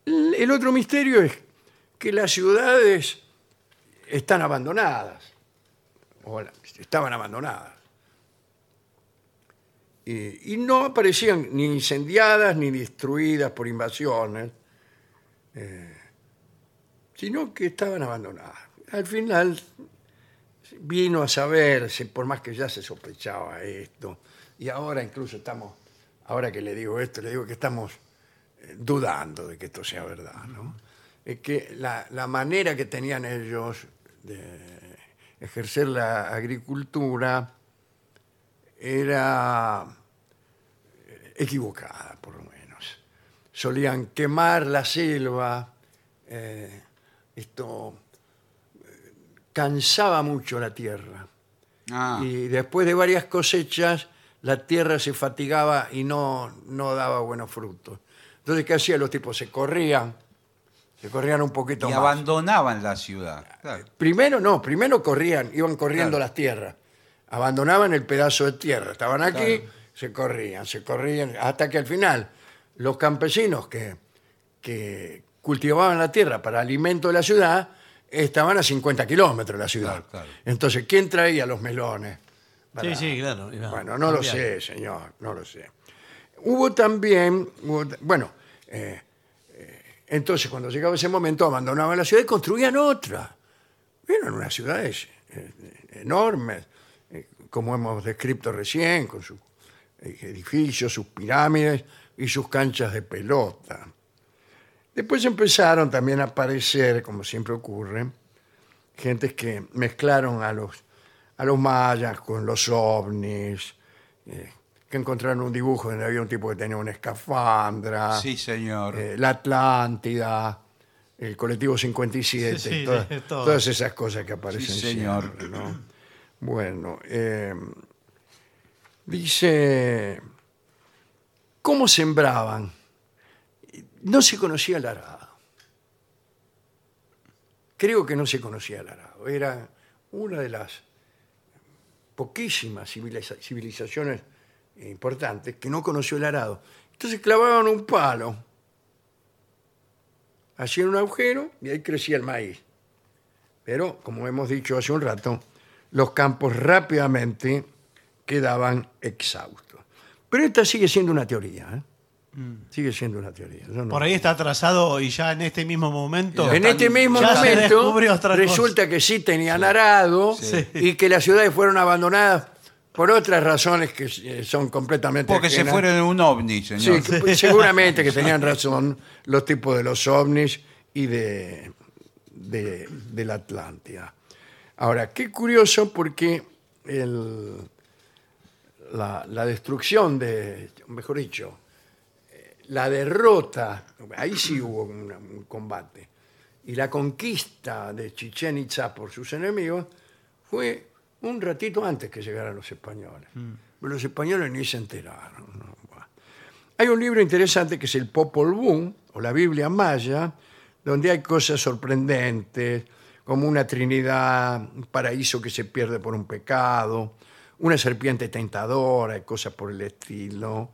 el el otro misterio es que las ciudades están abandonadas, o la- estaban abandonadas. Y, y no aparecían ni incendiadas ni destruidas por invasiones, eh, sino que estaban abandonadas. Al final vino a saberse, por más que ya se sospechaba esto, y ahora incluso estamos, ahora que le digo esto, le digo que estamos eh, dudando de que esto sea verdad, ¿no? Es que la, la manera que tenían ellos de ejercer la agricultura era eh, equivocada, por lo menos. Solían quemar la selva, eh, esto eh, cansaba mucho la tierra.
Ah,
Y después de varias cosechas, la tierra se fatigaba y no, no daba buenos frutos. Entonces, ¿qué hacían los tipos? Se corrían, se corrían un poquito
y
más.
abandonaban la ciudad. Claro.
Primero no, primero corrían, iban corriendo
Claro.
las tierras. Abandonaban el pedazo de tierra. Estaban aquí, se corrían, se corrían, hasta que al final los campesinos que, que cultivaban la tierra para alimento de la ciudad estaban a 50 kilómetros de la ciudad.
Claro, claro.
Entonces, ¿quién traía los melones? para-
Sí, sí, claro. iba
bueno, no lo
cambiando.
sé, señor, no lo sé. Hubo también, hubo ta- bueno, eh, eh, entonces cuando llegaba ese momento abandonaban la ciudad y construían otra. Eran unas ciudades eh, enormes, eh, como hemos descrito recién, con sus eh, edificios, sus pirámides y sus canchas de pelota. Después empezaron también a aparecer, como siempre ocurre, gentes que mezclaron a los, a los mayas con los ovnis, eh, que encontraron un dibujo donde había un tipo que tenía una escafandra,
Sí, señor.
eh, la Atlántida, el colectivo 57,
Sí, sí,
todas,
es todo.
todas esas cosas que aparecen.
Sí, señor.
siempre, ¿no? Bueno, eh, dice, ¿cómo sembraban? No se conocía el arado. Creo que no se conocía el arado. Era una de las poquísimas civiliza- civilizaciones importantes que no conoció el arado. Entonces clavaban un palo, hacían un agujero y ahí crecía el maíz. Pero, como hemos dicho hace un rato, los campos rápidamente quedaban exhaustos. Pero esta sigue siendo una teoría. ¿eh? Sigue siendo una teoría. Yo no-
Mm. Por ahí está atrasado y ya en este mismo momento.
en este mismo
Ya se descubrió
momento
otra cosa.
resulta que sí tenían arado y que las ciudades fueron abandonadas por otras razones que eh, son completamente
Porque se
ajenas.
fueron en un ovni,
Sí,
señor.
que, pues, seguramente que tenían razón los tipos de los ovnis y de, de, de la Atlántida. Ahora, qué curioso porque el- la, la destrucción de, mejor dicho, eh, la derrota, ahí sí hubo un, un combate, y la conquista de Chichen Itza por sus enemigos fue un ratito antes que llegaran los españoles. Pero los españoles ni se enteraron. ¿no? Bueno. Hay un libro interesante que es el Popol Vuh, o la Biblia Maya, donde hay cosas sorprendentes, como una trinidad, un paraíso que se pierde por un pecado, una serpiente tentadora y cosas por el estilo.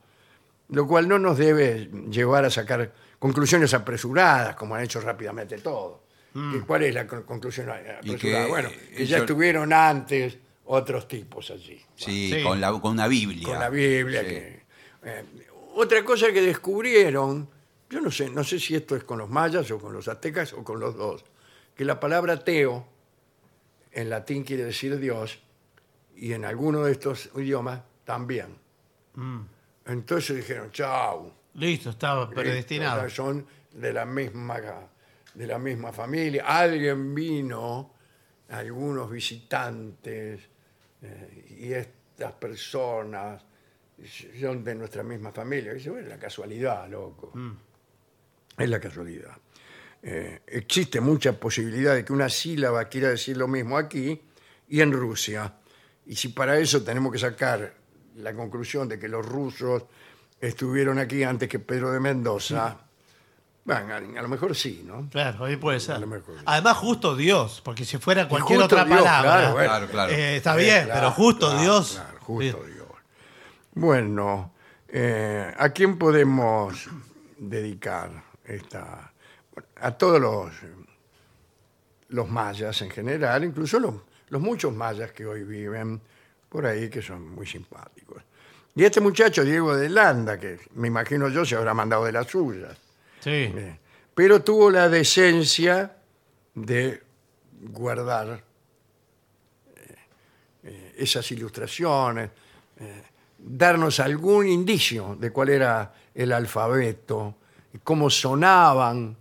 Lo cual no nos debe llevar a sacar conclusiones apresuradas, como han hecho rápidamente todos. ¿Y ¿Cuál es la con- conclusión
Mm. Y
apresurada?
que
bueno, que ya
ellos-
estuvieron antes otros tipos allí.
Sí,
Sí.
Con, la, con una Biblia.
Con la Biblia.
Sí.
que- eh, otra cosa que descubrieron, yo no sé, no sé si esto es con los mayas o con los aztecas o con los dos, que la palabra teo en latín quiere decir Dios y en alguno de estos idiomas también. Entonces dijeron, chau.
Listo, estaba predestinado.
Estas Son de la misma de la misma familia. Alguien vino, algunos visitantes eh, y estas personas son de nuestra misma familia. Y dice, bueno, la casualidad, loco. Es la casualidad. Eh, existe mucha posibilidad de que una sílaba quiera decir lo mismo aquí y en Rusia. Y si para eso tenemos que sacar la conclusión de que los rusos estuvieron aquí antes que Pedro de Mendoza, bueno, a, a lo mejor sí, ¿no?
Claro, ahí puede ser.
lo mejor.
Además, justo Dios, porque si fuera cualquier
justo
otra
Dios,
palabra.
claro, bueno.
Claro, claro.
eh, está
Sí,
bien,
claro,
pero justo
claro,
Dios.
claro, justo Dios. Bueno, eh, ¿a quién podemos dedicar esta? A todos los, los mayas en general, incluso los, los muchos mayas que hoy viven por ahí, que son muy simpáticos. Y este muchacho, Diego de Landa, que me imagino yo se habrá mandado de las suyas.
Sí.
Eh, pero tuvo la decencia de guardar eh, eh, esas ilustraciones, eh, darnos algún indicio de cuál era el alfabeto, y cómo sonaban,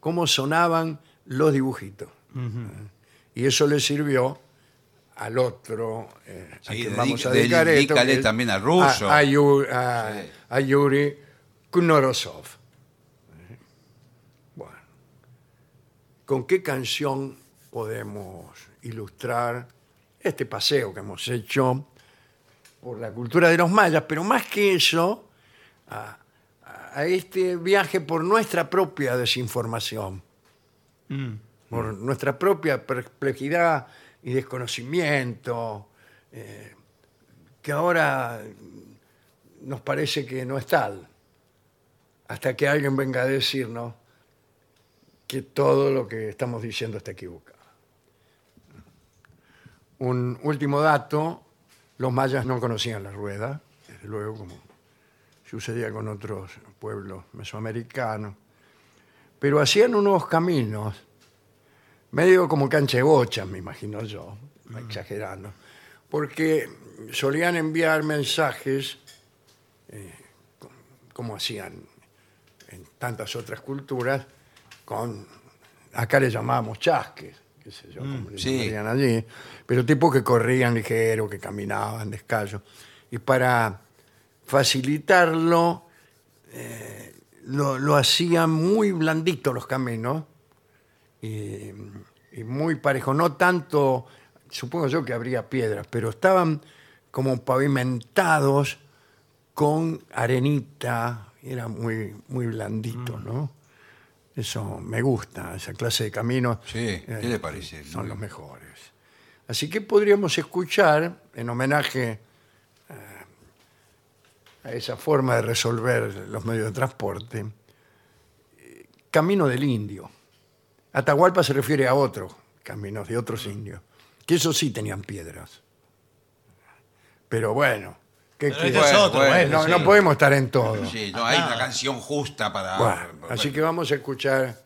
cómo sonaban los dibujitos. Eh, Y eso le sirvió al otro, eh, a
Sí,
quien
dedic-
vamos a dedicar esto,
dedícale
que es
también al ruso.
a- a Yu- a-
Sí.
a Yuri ah, Knorosov. Bueno, ¿con qué canción podemos ilustrar este paseo que hemos hecho por la cultura de los mayas? Pero más que eso, a, a este viaje por nuestra propia desinformación,
Mm.
por nuestra propia perplejidad y desconocimiento, eh, que ahora nos parece que no es tal, hasta que alguien venga a decirnos que todo lo que estamos diciendo está equivocado. Un último dato, los mayas no conocían la rueda, desde luego como sucedía con otros pueblos mesoamericanos, pero hacían unos caminos, medio como canchebochas, me imagino yo, exagerando, porque solían enviar mensajes, eh, co- como hacían en tantas otras culturas, con, acá le llamábamos chasques, qué sé yo, como le
sí.
llamarían allí, pero tipos que corrían ligero, que caminaban descalzo. Y para facilitarlo, eh, lo, lo hacían muy blandito los caminos y, eh, y muy parejo. No tanto, supongo yo que habría piedras, pero estaban como pavimentados con arenita, era muy, muy blandito,
Mm.
¿no? Eso me gusta, esa clase de caminos.
Sí, ¿qué le parece?
Son los mejores. Así que podríamos escuchar, en homenaje eh, a esa forma de resolver los medios de transporte, eh, Camino del Indio. Atahualpa se refiere a otro, caminos de otros indios, que eso sí tenían piedras. Pero bueno, ¿qué
Pero
quiere?
este es
Bueno,
otro,
bueno,
bueno,
no,
sí.
no podemos estar en todo.
Sí, no hay una canción justa para.
Bueno, así
bueno.
que vamos a escuchar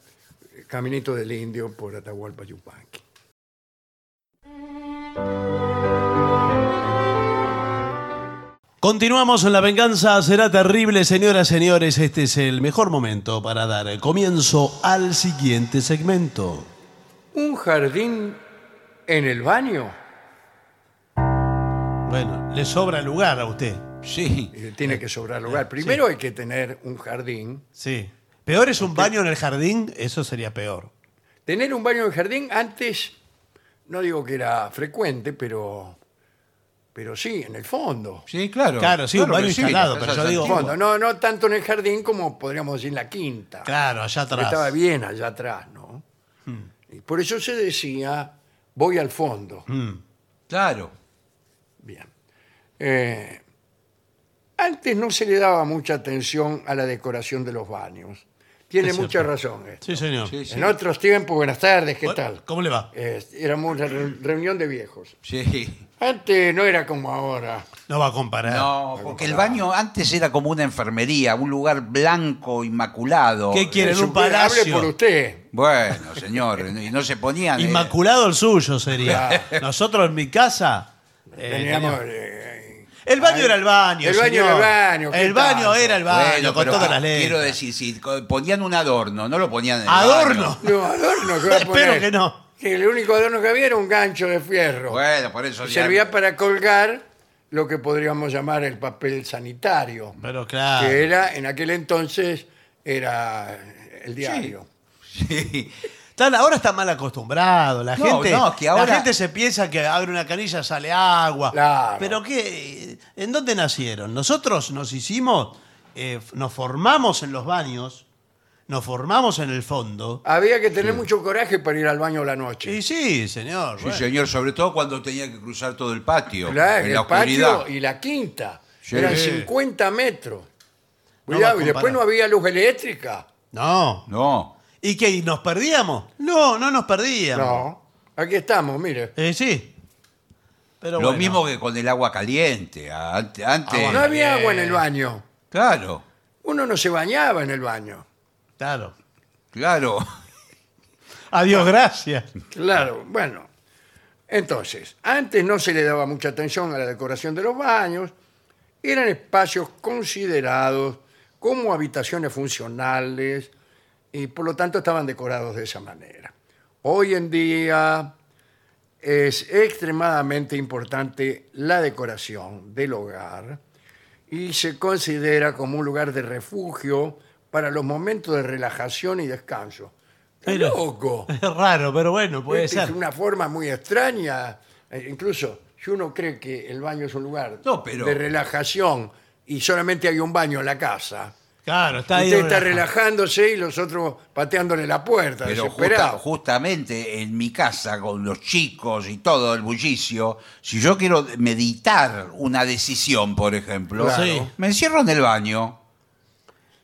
Caminito del Indio por Atahualpa Yupanqui.
Continuamos en La Venganza Será Terrible, señoras, señores. Este es el mejor momento para dar el comienzo al siguiente segmento.
¿Un jardín en el baño?
Bueno, le sobra lugar a usted.
Sí.
Eh, Tiene que sobrar lugar. Primero hay que tener un jardín.
Sí. Peor es un baño en el jardín, eso sería peor.
Tener un baño en el jardín antes, no digo que era frecuente, pero, pero sí, en el fondo.
Sí, claro.
Claro, sí, un
que
baño instalado,
la
pero
casa
yo
es
digo-
En el
antigua.
fondo. No, no tanto en el jardín como podríamos decir en la quinta.
Claro, allá
que Estaba
atrás. Hmm.
bien allá atrás, ¿no? Y por eso se decía, voy al fondo.
Hmm. Mm.
Claro.
Bien. Eh, antes no se le daba mucha atención a la decoración de los baños. Tiene
Es
mucha razón. esto.
Sí, señor.
Sí, sí.
En otros tiempos, buenas tardes, ¿qué
Bueno,
tal?
¿Cómo le va?
Eh, éramos una re- reunión de viejos.
Sí.
Antes no era como ahora.
No va a comparar.
No, porque el baño antes era como una enfermería, un lugar blanco, inmaculado.
¿Qué quiere? Era un
Supe- Hable
palacio.
por usted.
Bueno, señor, y no se ponían. eh,
Inmaculado el suyo sería. Nosotros en mi casa. eh,
Teníamos,
teníamos-
eh,
El baño era el baño.
El baño
señor.
era el baño, ¿qué
El baño
tanto?
era el baño,
bueno,
con
pero,
todas
ah,
las leyes.
Quiero decir, si co- ponían un adorno, no lo ponían en el
Adorno.
baño.
no, adorno que va a
Espero
poner.
que no.
Que el único adorno que había era un gancho de fierro.
Bueno, por eso
que
ya-
servía para colgar lo que podríamos llamar el papel sanitario.
Pero claro.
que era en aquel entonces era el diario.
Sí.
Tal- ahora está mal acostumbrado. La,
No,
gente,
no, que ahora-
la gente se piensa que abre una canilla sale agua.
Claro.
Pero qué, ¿en dónde nacieron? Nosotros nos hicimos, eh, f- nos formamos en los baños, nos formamos en el fondo.
Ah,
Había que tener mucho coraje para ir al baño a la noche.
Y sí, señor.
Sí,
bueno.
señor, sobre todo cuando tenía que cruzar todo el patio,
Claro,
en
el
la oscuridad.
patio y la quinta.
Sí.
Eran 50 metros.
No
Cuidado,
va a
y después
comparar.
no había luz eléctrica.
No.
No.
¿Y qué? ¿Y nos perdíamos? No, no nos perdíamos.
No. Aquí estamos, mire.
Eh, sí. Pero
Lo
bueno.
mismo que con el agua caliente. Antes.
Agua
No
Bueno,
había
bien.
agua en el baño.
Claro,
Uno no se bañaba en el baño.
Claro.
claro.
Adiós, gracias.
Claro, bueno. Entonces, antes no se le daba mucha atención a la decoración de los baños, eran espacios considerados como habitaciones funcionales y por lo tanto estaban decorados de esa manera. Hoy en día es extremadamente importante la decoración del hogar y se considera como un lugar de refugio para los momentos de relajación y descanso. ¡Qué
Mira.
loco!
Es raro, pero bueno, puede
Este
Esta
ser.
Este Es una forma muy extraña. Eh, incluso si uno cree que el baño es un lugar
No, pero-
de relajación y solamente hay un baño en la casa,
Claro, está ahí.
usted está
relajado.
relajándose y los otros pateándole la puerta,
Pero
desesperado.
justa- justamente en mi casa, con los chicos y todo el bullicio, si yo quiero meditar una decisión, por ejemplo,
Claro.
Sí.
me encierro en el baño.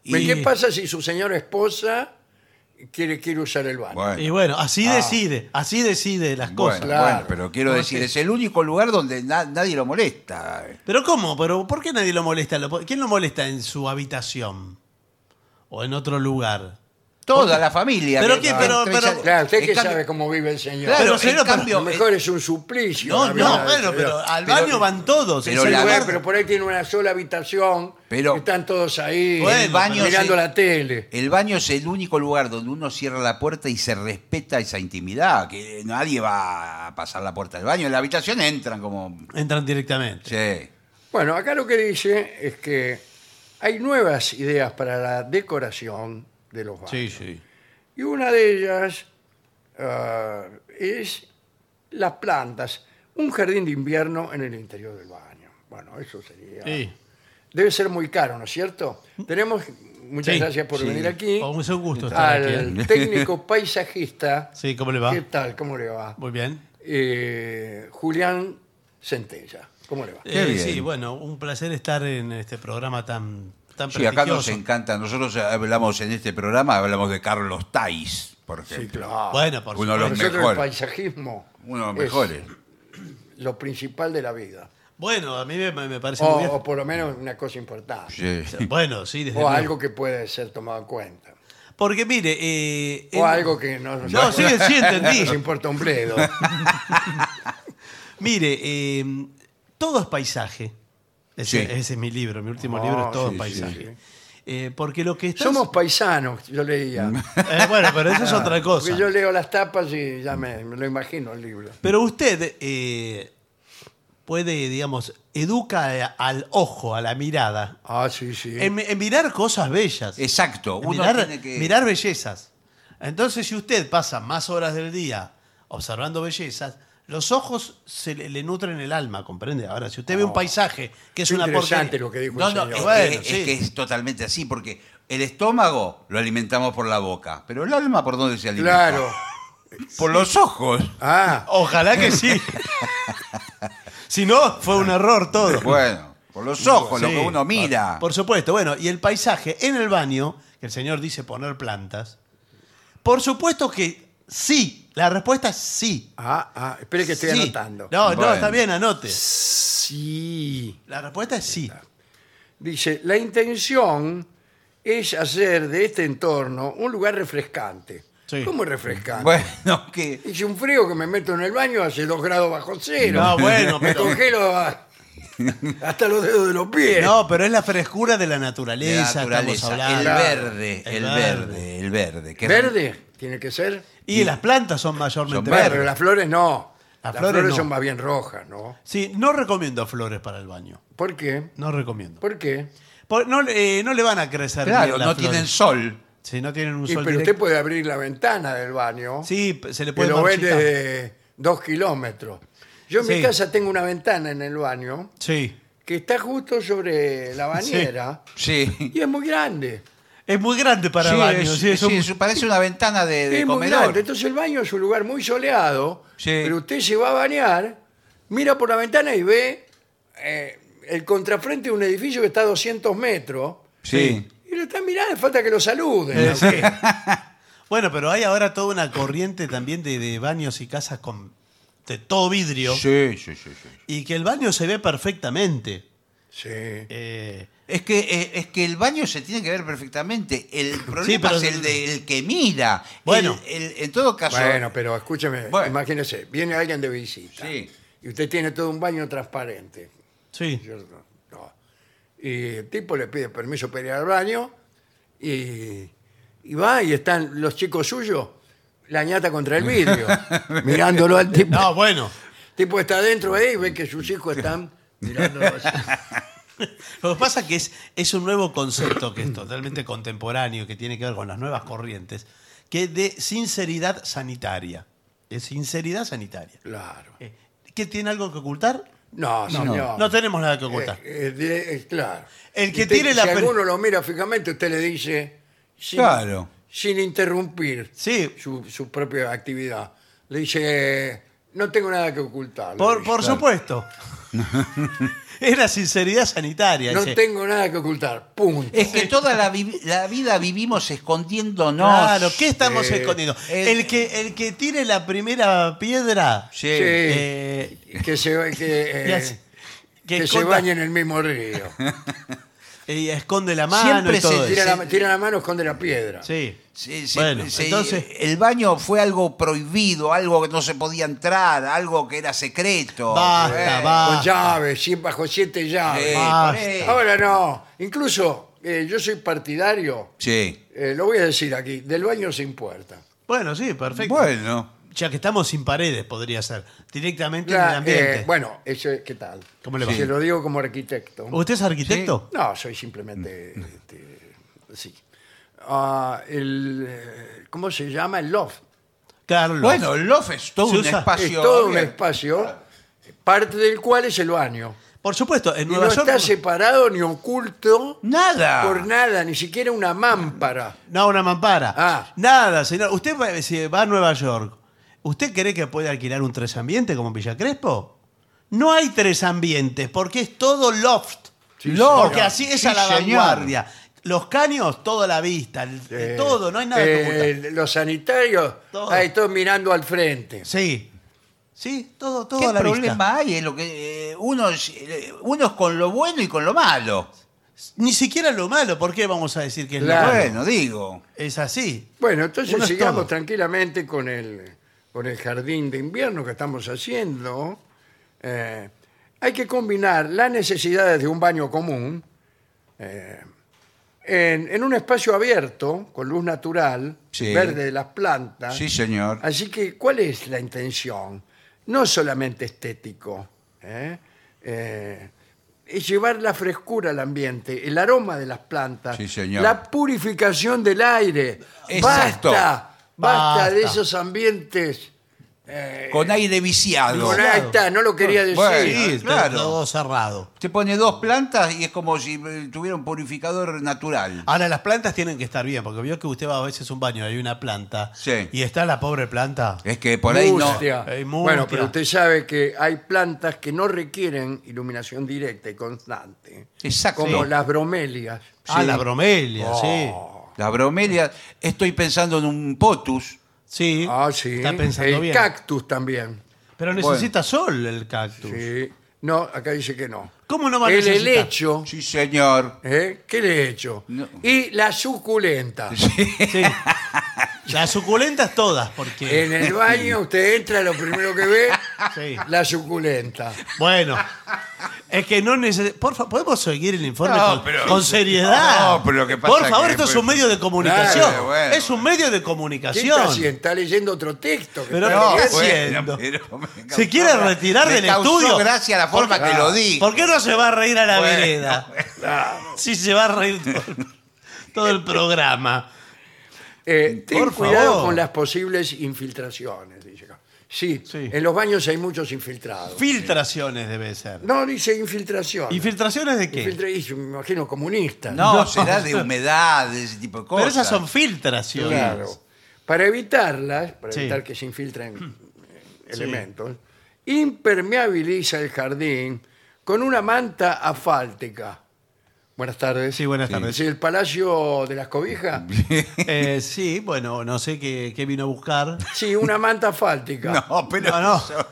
¿Pero
y-
¿Qué pasa si su señora esposa quiere, quiere usar el baño?
Bueno,
Y bueno, así
Ah.
decide, así decide las
bueno,
cosas.
claro.
bueno, pero quiero
No,
decir,
sí.
es el único lugar donde na- nadie lo molesta.
Pero ¿cómo? ¿Pero por qué nadie lo molesta? ¿Lo po- ¿Quién lo molesta en su habitación? ¿O en otro lugar?
Toda la familia.
Pero
que-
qué, pero-
tres
pero-
años.
Claro, usted
En
que
cambio-
sabe cómo vive el señor.
Claro,
Pero,
en
señor, pero-
a
cambio,
lo mejor es un suplicio.
eh, No,
la
no,
verdad,
bueno, pero al baño van todos.
pero
es el
la-
Bueno,
lugar-
pero por ahí tiene una sola habitación.
Pero-
que están todos ahí
Bueno,
el baño
mirando
se-
la tele.
El baño es el único lugar donde uno cierra la puerta y se respeta esa intimidad, que nadie va a pasar la puerta del baño. En la habitación entran como...
Entran directamente.
Sí.
Bueno, acá lo que dice es que hay nuevas ideas para la decoración de los baños.
Sí, sí.
Y una de ellas ah, es las plantas. Un jardín de invierno en el interior del baño. Bueno, eso sería.
Sí.
Debe ser muy caro, ¿no es cierto? Tenemos, muchas
Sí,
gracias por
sí.
venir aquí,
Oh, Es un gusto estar aquí. ¿eh?
al técnico paisajista.
Sí, ¿cómo le va?
¿Qué tal? ¿Cómo le va?
Muy bien.
Eh, Julián Centella. ¿Cómo le va?
Qué bien.
Eh, Sí, bueno, un placer estar en este programa tan, tan
Sí, acá nos
prestigioso.
encanta. Nosotros hablamos en este programa, hablamos de Carlos Tais, por ejemplo.
claro.
Bueno, por
Uno de los
supuesto.
Nosotros el
mejores.
paisajismo
Uno de los
es
mejores.
lo principal de la vida.
Bueno, a mí me, me parece
O,
muy bien.
o por lo menos una cosa importante.
Sí.
Bueno, sí, desde
O
luego.
algo que puede ser tomado en cuenta.
Porque mire... eh,
O
en-
algo que no nos,
No, sí, sí, entendí.
nos importa un bledo.
Mire, eh, todo es paisaje. Ese,
Sí.
ese es mi libro, mi último
Ah,
libro es todo
sí,
es
sí,
paisaje. Eh, porque lo que está...
Somos paisanos, yo leía.
Eh, bueno, pero eso es otra cosa.
Porque yo leo las tapas y ya me, me lo imagino el libro.
Pero usted eh, puede, digamos, educa eh, al ojo, a la mirada,
Ah, sí, sí.
en, en mirar cosas bellas.
Exacto.
En
Uno
mirar,
tiene que...
mirar bellezas. Entonces, si usted pasa más horas del día observando bellezas, los ojos se le, le nutren el alma, ¿comprende? Ahora, si usted ve un paisaje que es
Qué
una
interesante
porquería-
lo que dijo
No,
el
no,
señor.
Oh. es,
Bueno,
que, es
sí.
que es totalmente así, porque el estómago lo alimentamos por la boca, pero el alma por dónde se alimenta?
Claro.
Por los ojos.
Ah,
Ojalá que sí. si no, fue un error todo.
Bueno, por los ojos, lo
Sí,
que uno mira.
Por, por supuesto, bueno, y el paisaje en el baño, que el señor dice poner plantas, por supuesto que sí, la respuesta es sí.
ah, ah. Espere que estoy
Sí.
anotando.
No, no,
Bueno.
está bien, anote.
Sí.
La respuesta es sí.
Dice, la intención es hacer de este entorno un lugar refrescante.
Sí.
¿Cómo refrescante?
Bueno, que...
Hice un frío que me meto en el baño hace dos grados bajo cero.
No, bueno,
Me
pero-
congelo a- hasta los dedos de los pies.
No, pero es la frescura de la
de la
naturaleza,
naturaleza,
estamos hablando.
el verde,
El
el, verde,
verde.
el verde. que-
¿Verde? ¿Tiene que ser?
Y las plantas son mayormente
Son
Bueno,
verde.
pero
verdes.
las flores no.
Las
Las,
flores
flores,
no.
son más bien rojas, ¿no?
Sí, no recomiendo flores para el baño.
¿Por qué?
No recomiendo.
¿Por qué?
Por- no, le- eh, no le van a crecer
Claro,
bien las
no
flores.
tienen sol.
Si no tienen un
Y,
sol
pero
directo.
usted puede abrir la ventana del baño.
Sí, se le
que
puede
lo ve
marchitar.
desde dos kilómetros. Yo en
Sí.
mi casa tengo una ventana en el baño
Sí.
que está justo sobre la bañera
Sí.
y es muy grande.
Es muy grande para
Sí,
baño.
es-
sí, es
sí,
un-
es- parece una ventana de, de
es muy
comedor.
grande. Entonces el baño es un lugar muy soleado,
Sí.
pero usted se va a bañar, mira por la ventana y ve eh, el contrafrente de un edificio que está a 200 metros
Sí.
y lo está mirando, falta que lo saluden.
Es-
aunque-
Bueno, pero hay ahora toda una corriente también de, de baños y casas con de todo vidrio
Sí, sí, sí, sí.
y que el baño se ve perfectamente.
Sí.
Eh,
Es que, eh, es que el baño se tiene que ver perfectamente. El problema
pero-
es el del que mira.
Bueno.
El- el- en todo caso.
Bueno, pero escúcheme,
Bueno.
imagínese, viene alguien de visita
Sí.
y usted tiene todo un baño transparente.
sí.
¿cierto? No. Y el tipo le pide permiso para ir al baño y, y va y están los chicos suyos, la ñata contra el vidrio, mirándolo al tipo.
No, bueno.
El tipo está adentro ahí y ve que sus hijos están mirándolo así.
Lo que pasa es que es, es un nuevo concepto que es totalmente contemporáneo, que tiene que ver con las nuevas corrientes, que es de sinceridad sanitaria. De sinceridad sanitaria.
Claro.
Eh, ¿Que tiene algo que ocultar?
No, señor.
No tenemos nada que ocultar.
Eh, eh, de- eh, claro.
El que
Usted,
tiene la
Si
per-
alguno lo mira fijamente, usted le dice. Sin,
Claro.
Sin interrumpir
Sí.
su, su propia actividad. Le dice. No tengo nada que ocultar. le
Por,
dice.
por supuesto. es la sinceridad sanitaria.
No
ese.
tengo nada que ocultar. Punto.
Es que toda la, vi- la vida vivimos escondiéndonos.
Claro, ¿qué estamos
Eh,
escondiendo?
eh,
el, que, el que tire la primera piedra.
Sí.
Sí.
eh,
que se, que, eh,
y así-
que se
esconda-
bañe en el mismo río.
y esconde la mano
Siempre
y todo
se
eso.
Tira la, tira la mano, esconde la piedra.
Sí.
Sí, sí,
bueno,
sí,
entonces
el baño fue algo prohibido, algo que no se podía entrar, algo que era secreto. Eh,
basta,
Con
basta.
llaves, sí, bajo siete
Sí,
llaves.
basta.
por eso.
Ahora no, incluso eh, yo soy partidario,
Sí.
eh, lo voy a decir aquí, del baño sin puerta.
Bueno, sí, perfecto.
Bueno,
Ya que estamos sin paredes, podría ser. Directamente en
La-
el ambiente.
eh, bueno, ese, ¿qué tal?
¿Cómo le va?
Se lo digo como arquitecto.
¿Usted es arquitecto?
No, soy simplemente... este, sí. Ah, el, eh, ¿Cómo se llama? El loft.
Carlos.
bueno, el loft es todo
Se
un
usa-
Es
espacio.
todo un
abierto.
espacio, parte del cual es el baño.
por supuesto, en
Y
Nueva
no
York.
está separado ni oculto
Nada.
por nada, ni siquiera una mámpara.
No, una mampara.
Ah.
Nada, señor. Usted va, si va a Nueva York. ¿Usted cree que puede alquilar un tres ambiente como en Villa Crespo? No hay tres ambientes, porque es todo loft.
Sí,
loft.
señor.
Porque así es
Sí,
a la
señor.
vanguardia. Los caños, toda la vista, el-
Eh,
todo, no hay nada que ocultar.
eh, Los sanitarios,
Todo.
ahí todos mirando al frente.
Sí. Sí, todo, todo
¿Qué
a la
problema
vista.
hay? Es lo que, eh, unos, eh, unos con lo bueno y con lo malo.
Ni siquiera lo malo, ¿por qué vamos a decir que es
Claro.
lo malo?
Bueno, digo.
Es así.
Bueno, entonces
Uno es
sigamos
todo.
tranquilamente con el, con el jardín de invierno que estamos haciendo. Eh, hay que combinar las necesidades de un baño común eh, en, en un espacio abierto, con luz natural,
Sí.
verde de las plantas.
Sí, señor.
Así que, ¿cuál es la intención? No solamente estético, ¿eh? Eh, es llevar la frescura al ambiente, el aroma de las plantas,
Sí, señor.
la purificación del aire.
Exacto.
Basta, basta,
Basta.
de esos ambientes. eh,
Con aire viciado.
con- ahí está, no lo quería decir.
Bueno.
Sí,
claro.
todo cerrado.
Te pone dos plantas y es como si eh, tuviera un purificador natural.
Ahora, las plantas tienen que estar bien, porque vio que usted va a veces a un baño y hay una planta.
Sí.
Y está la pobre planta.
Es que por ahí no.
Mustia.
Hay mustia.
Bueno, pero usted sabe que hay plantas que no requieren iluminación directa y constante,
Exacto.
como las bromelias.
Ah,
Sí.
la bromelia,
Oh.
La bromelia. Estoy pensando en un potus.
sí. Sí.
Ah, sí.
Está pensando
el
bien.
cactus también.
Pero necesita sol el cactus.
Sí. No, acá dice que no.
¿Cómo no va a
El
necesitar?
helecho,
Sí, señor.
¿eh? ¿qué le he hecho?
No.
Y la suculenta.
Sí. Las suculentas todas, porque.
En el baño usted entra, lo primero que ve,
Sí.
la suculenta.
Bueno. Es que no necesita. Por favor, ¿podemos seguir el informe
No,
con,
pero-
con seriedad?
No, pero lo que pasa
Por favor,
que
esto es
después-
un medio de comunicación.
Claro, bueno.
Es un medio de
¿Qué está
comunicación.
haciendo? Está leyendo otro texto. que
Pero
está
no,
leyendo.
bueno. haciendo? ¿Se quiere retirar del estudio? Ah.
Gracias a la forma que lo di.
¿Por qué no se va a reír a la
Bueno,
vereda? Sí, se va a reír todo el, todo el programa.
Eh, ten
Por
cuidado
favor.
con las posibles infiltraciones, dice acá. Sí,
Sí.
en los baños hay muchos infiltrados.
Filtraciones debe ser.
No, dice infiltración.
¿Infiltraciones de qué?
Infiltra- y me imagino comunistas.
No,
No.
será de humedad, de ese tipo de cosas.
Pero esas son filtraciones.
Claro. Para evitarlas, para
Sí.
evitar que se infiltren eh, elementos, impermeabiliza el jardín con una manta asfáltica. Buenas tardes.
Sí, buenas tardes.
¿Es el Palacio de las Cobijas?
Eh, sí, bueno, no sé qué, qué vino a buscar.
Sí, una manta asfáltica.
No, pero
No, no.
eso-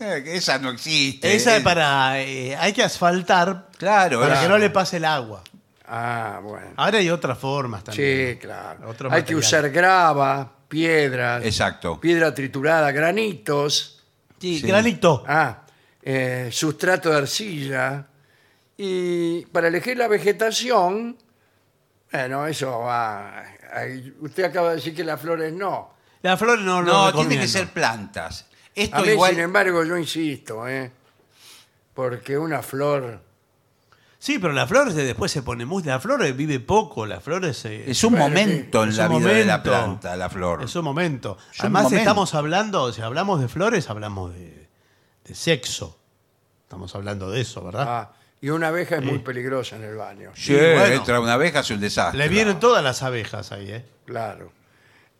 eh, que esa no existe.
Esa es
Eh,
para. eh, hay que asfaltar
Claro,
para
es-
que no le pase el agua.
Ah, bueno.
Ahora hay otras formas también.
Sí, claro.
Otros
Hay que
materiales.
usar grava, piedras.
Exacto.
Piedra triturada, granitos.
Sí,
Sí.
granito.
Ah, eh, sustrato de arcilla. Y para elegir la vegetación, bueno, eso va. ahí- usted acaba de decir que las flores no.
Las flores no, lo
No, tiene
recomiendo.
que ser plantas.
A
Esto
mí,
igual.
sin embargo, yo insisto, ¿eh? Porque una flor.
Sí, pero las flores después se pone muy. Las flores vive poco, las flores se-
Es un
Bueno,
momento en
eh, es
la
un
vida de la
momento.
planta, la flor.
Es un momento.
Es un
Además,
momento.
estamos hablando, si hablamos de flores, hablamos de, de sexo. Estamos hablando de eso, ¿verdad?
ah, y una abeja es muy peligrosa en el baño.
Sí,
Y bueno.
entra una abeja, es un desastre.
Le vienen todas las abejas ahí, ¿eh?
Claro.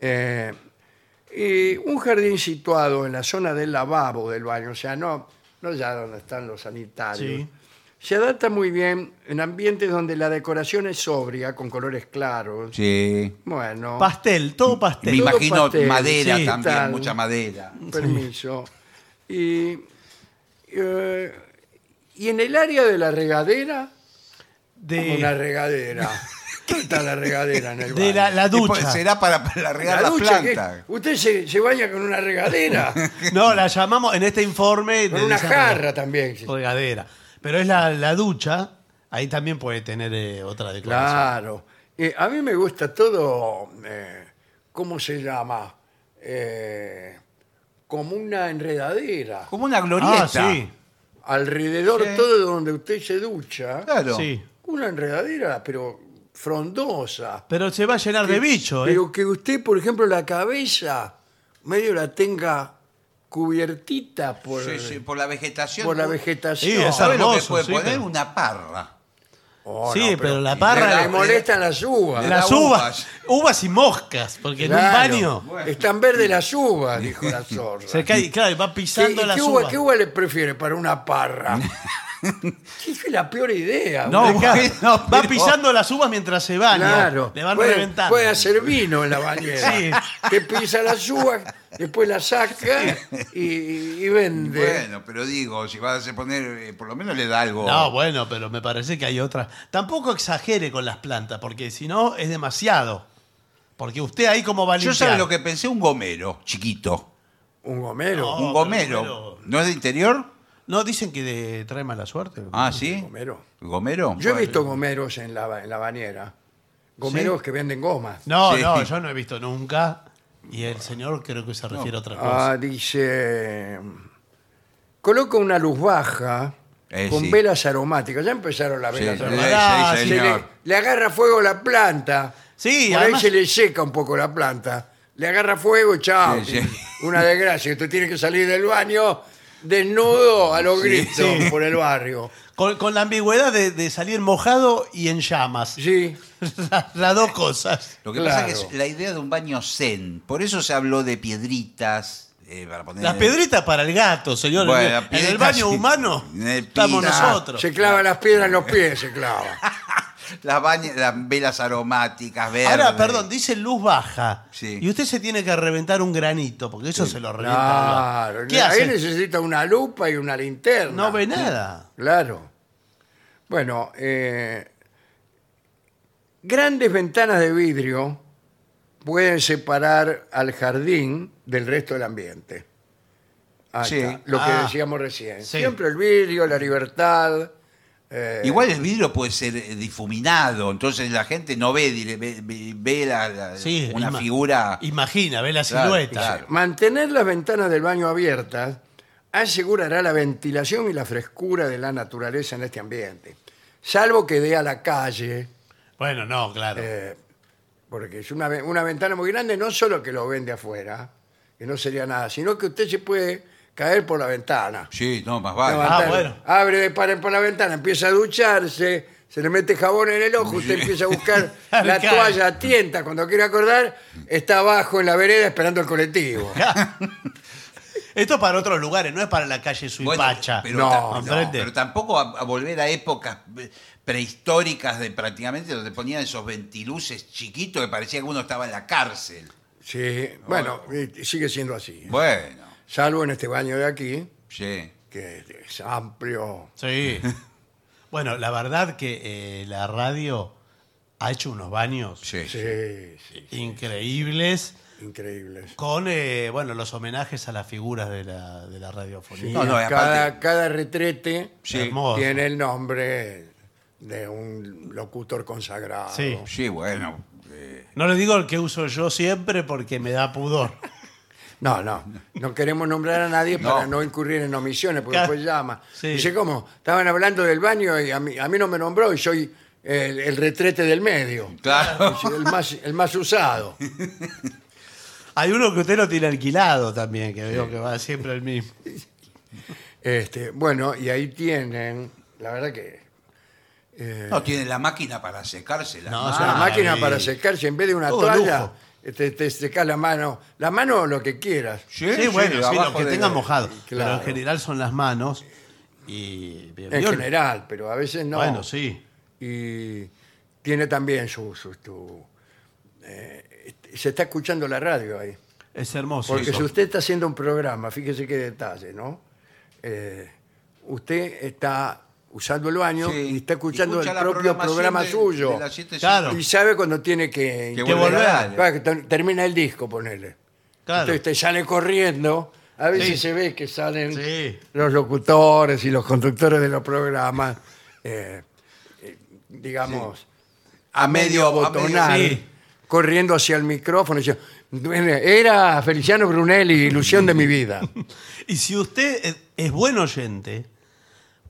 Eh, y un jardín situado en la zona del lavabo del baño, o sea, no, no ya donde están los sanitarios.
Sí.
Se adapta muy bien en ambientes donde la decoración es sobria, con colores claros.
Sí.
Bueno,
Pastel, todo
Me
pastel.
Todo
imagino
pastel,
madera
sí,
también,
tal.
mucha madera.
permiso. Y, eh, y en el área de la regadera,
de,
Una regadera. ¿Qué está la regadera en el
de la,
baño?
la ducha.
Después Será para, para regar las
ducha, ¿qué?
plantas.
Usted se, se baña con una regadera.
No, la llamamos en este informe.
con
de
una
esa
jarra también.
regadera. Pero es la, la ducha. Ahí también puede tener eh, otra declaración.
Claro. Eh, a mí me gusta todo, eh, ¿cómo se llama? Eh, como una enredadera.
Como una glorieta.
Ah, sí.
Alrededor
Sí.
todo donde usted se ducha.
Claro.
Sí.
Una enredadera, pero frondosa.
Pero se va a llenar de bicho, ¿eh?
Pero que usted, por ejemplo, la cabeza medio la tenga cubiertita por,
Sí, sí, por la vegetación.
por la vegetación.
Sí, esa-
¿Sabe lo que
hermoso,
puede
sí,
poner?
pero-
Una parra.
Oh,
sí,
no,
pero, la
de
parra.
Me molestan las uvas.
de la
las
uvas.
uvas. Uvas y moscas. Porque
Claro.
en un baño.
Están verdes las uvas, dijo la zorra.
Se cae, claro, y va
¿Qué,
pisando
qué
las
uva,
uvas.
qué uva le prefiere para una parra? ¿Qué fue la peor idea?
No,
hombre?
claro,
no,
va
pero-
pisando las uvas mientras se baña.
claro.
Le van
puede,
reventando.
puede hacer vino en la bañera.
Sí.
Que pisa las uvas, después las saca y, y vende.
Bueno, pero digo, si vas a poner, eh, por lo menos le da algo.
No, bueno, pero me parece que hay otras. Tampoco exagere con las plantas, porque si no es demasiado. Porque usted ahí como va a
Yo
limpiar.
sabe lo que pensé, un gomero, chiquito.
Un gomero.
No,
un
pero
gomero.
Oh, gomero-
¿No es de interior?
No, dicen que de- trae mala suerte.
Ah, sí.
Gomero.
¿Gomero?
Yo he visto gomeros en la, ba- en la bañera. Gomeros que venden gomas.
No,
Sí.
no, yo no he visto nunca. Y el señor creo que se refiere a otra cosa.
Ah, dice. Coloca una luz baja
Eh,
con
sí.
velas aromáticas. Ya empezaron las
Sí,
velas
sí,
aromáticas.
Ah,
sí,
Se le-
señor.
le, agarra fuego la planta.
Sí,
Por
además-
ahí se le seca un poco la planta. Le agarra fuego, chao.
Sí, sí.
Una desgracia. Usted tiene que salir del baño desnudo a los
Sí,
gritos
sí.
por el barrio.
Con, con la ambigüedad de, de salir mojado y en llamas.
Sí.
Las las dos cosas.
Lo que
Claro.
pasa es que es la idea de un baño zen. Por eso se habló de piedritas. eh, para poner
Las piedritas para el gato, señor.
Bueno,
En el-
las
en el
piedritas,
baño
sí. Eh,
humano
En el
estamos
piso.
nosotros.
Se clava las piedras en los pies, se clava.
Las, bañe- las velas aromáticas, verdes.
Ahora, perdón, dice luz baja.
Sí.
Y usted se tiene que reventar un granito, porque eso se lo revienta.
Claro.
el- ¿Qué
ahí
hace?
necesita una lupa y una linterna.
No ve nada.
Claro. Bueno, eh, grandes ventanas de vidrio pueden separar al jardín del resto del ambiente. Ahí
Sí.
está, lo que
Ah.
decíamos recién.
Sí.
Siempre el vidrio, la libertad. eh,
Igual el vidrio puede ser eh, difuminado, entonces la gente no ve, dire- ve, ve- ve la- la-
Sí,
una
ima-
figura.
Imagina, ve la
Claro,
silueta.
claro.
Mantener las ventanas del baño abiertas asegurará la ventilación y la frescura de la naturaleza en este ambiente. Salvo que dé a la calle,
Bueno, no, claro.
Eh, porque es una, ve- una ventana muy grande, no solo que lo vende afuera, que no sería nada, sino que usted se puede caer por la ventana.
Sí, no, más
La
vale.
Ah,
ventana.
bueno.
Abre de par en por la ventana, empieza a ducharse, se le mete jabón en el ojo, usted empieza a buscar la
Claro.
toalla a tientas. Cuando quiere acordar, está abajo en la vereda esperando el colectivo.
Esto es para otros lugares, no es para la calle
Bueno,
Suipacha.
pero,
No,
ta-
no,
¿comprende?
pero tampoco a, a volver a épocas eh, prehistóricas de prácticamente donde ponían esos ventiluces chiquitos que parecía que uno estaba en la cárcel.
Sí, bueno, y sigue siendo así.
Bueno,
Salvo en este baño de aquí,
sí.
que es amplio.
Sí. bueno, la verdad que eh, la radio ha hecho unos baños
sí.
Sí, sí,
increíbles
increíbles.
con eh, bueno los homenajes a las figuras de la, de la radiofonía.
No, no, y
cada,
aparte-
cada retrete
Sí.
Hermoso.
tiene el nombre de un locutor consagrado.
Sí.
Sí, bueno. eh,
No le digo el que uso yo siempre porque me da pudor.
No, no. No queremos nombrar a nadie
No.
para no incurrir en omisiones, porque
Ca-
después llama.
Sí.
Dice, ¿cómo? Estaban hablando del baño y a mí, a mí no me nombró y soy el, el retrete del medio.
claro.
Soy El más, el más usado.
Hay uno que usted lo tiene alquilado también, que veo que va siempre el mismo.
Este, bueno, y ahí tienen, la verdad que eh,
No tiene la máquina para secarse las
No,
manos.
la
Ah,
máquina
sí.
para secarse, en vez de una
Todo
toalla,
lujo.
te, te secas la mano. La mano lo que quieras.
Sí, bueno, sí, lo
abajo
que
de- eh,
tenga mojado. Pero
claro.
en general son las manos. Y,
En general, pero a veces no.
Bueno, sí.
Y tiene también su... su- su- eh, se está escuchando la radio ahí.
Es hermoso.
Porque
eso.
si usted está haciendo un programa, fíjese qué detalle, ¿no? Eh, usted está usando el baño
Sí.
y está escuchando
Escucha
el
la
propio
programación
programa
de-
suyo.
de las siete-
Claro.
Y sabe cuando tiene que,
Que
interpretar.
volver.
Claro, que ter- termina el disco, ponele.
Claro.
Entonces te sale corriendo. A veces
Sí.
se ve que salen
Sí.
los locutores y los conductores de los programas, eh, eh, digamos, a medio
medio- a medio-
abotonar,
sí.
corriendo hacia el micrófono. y yo, "Bueno, era Feliciano Brunelli, ilusión de mi vida.
Y si usted es- es buen oyente,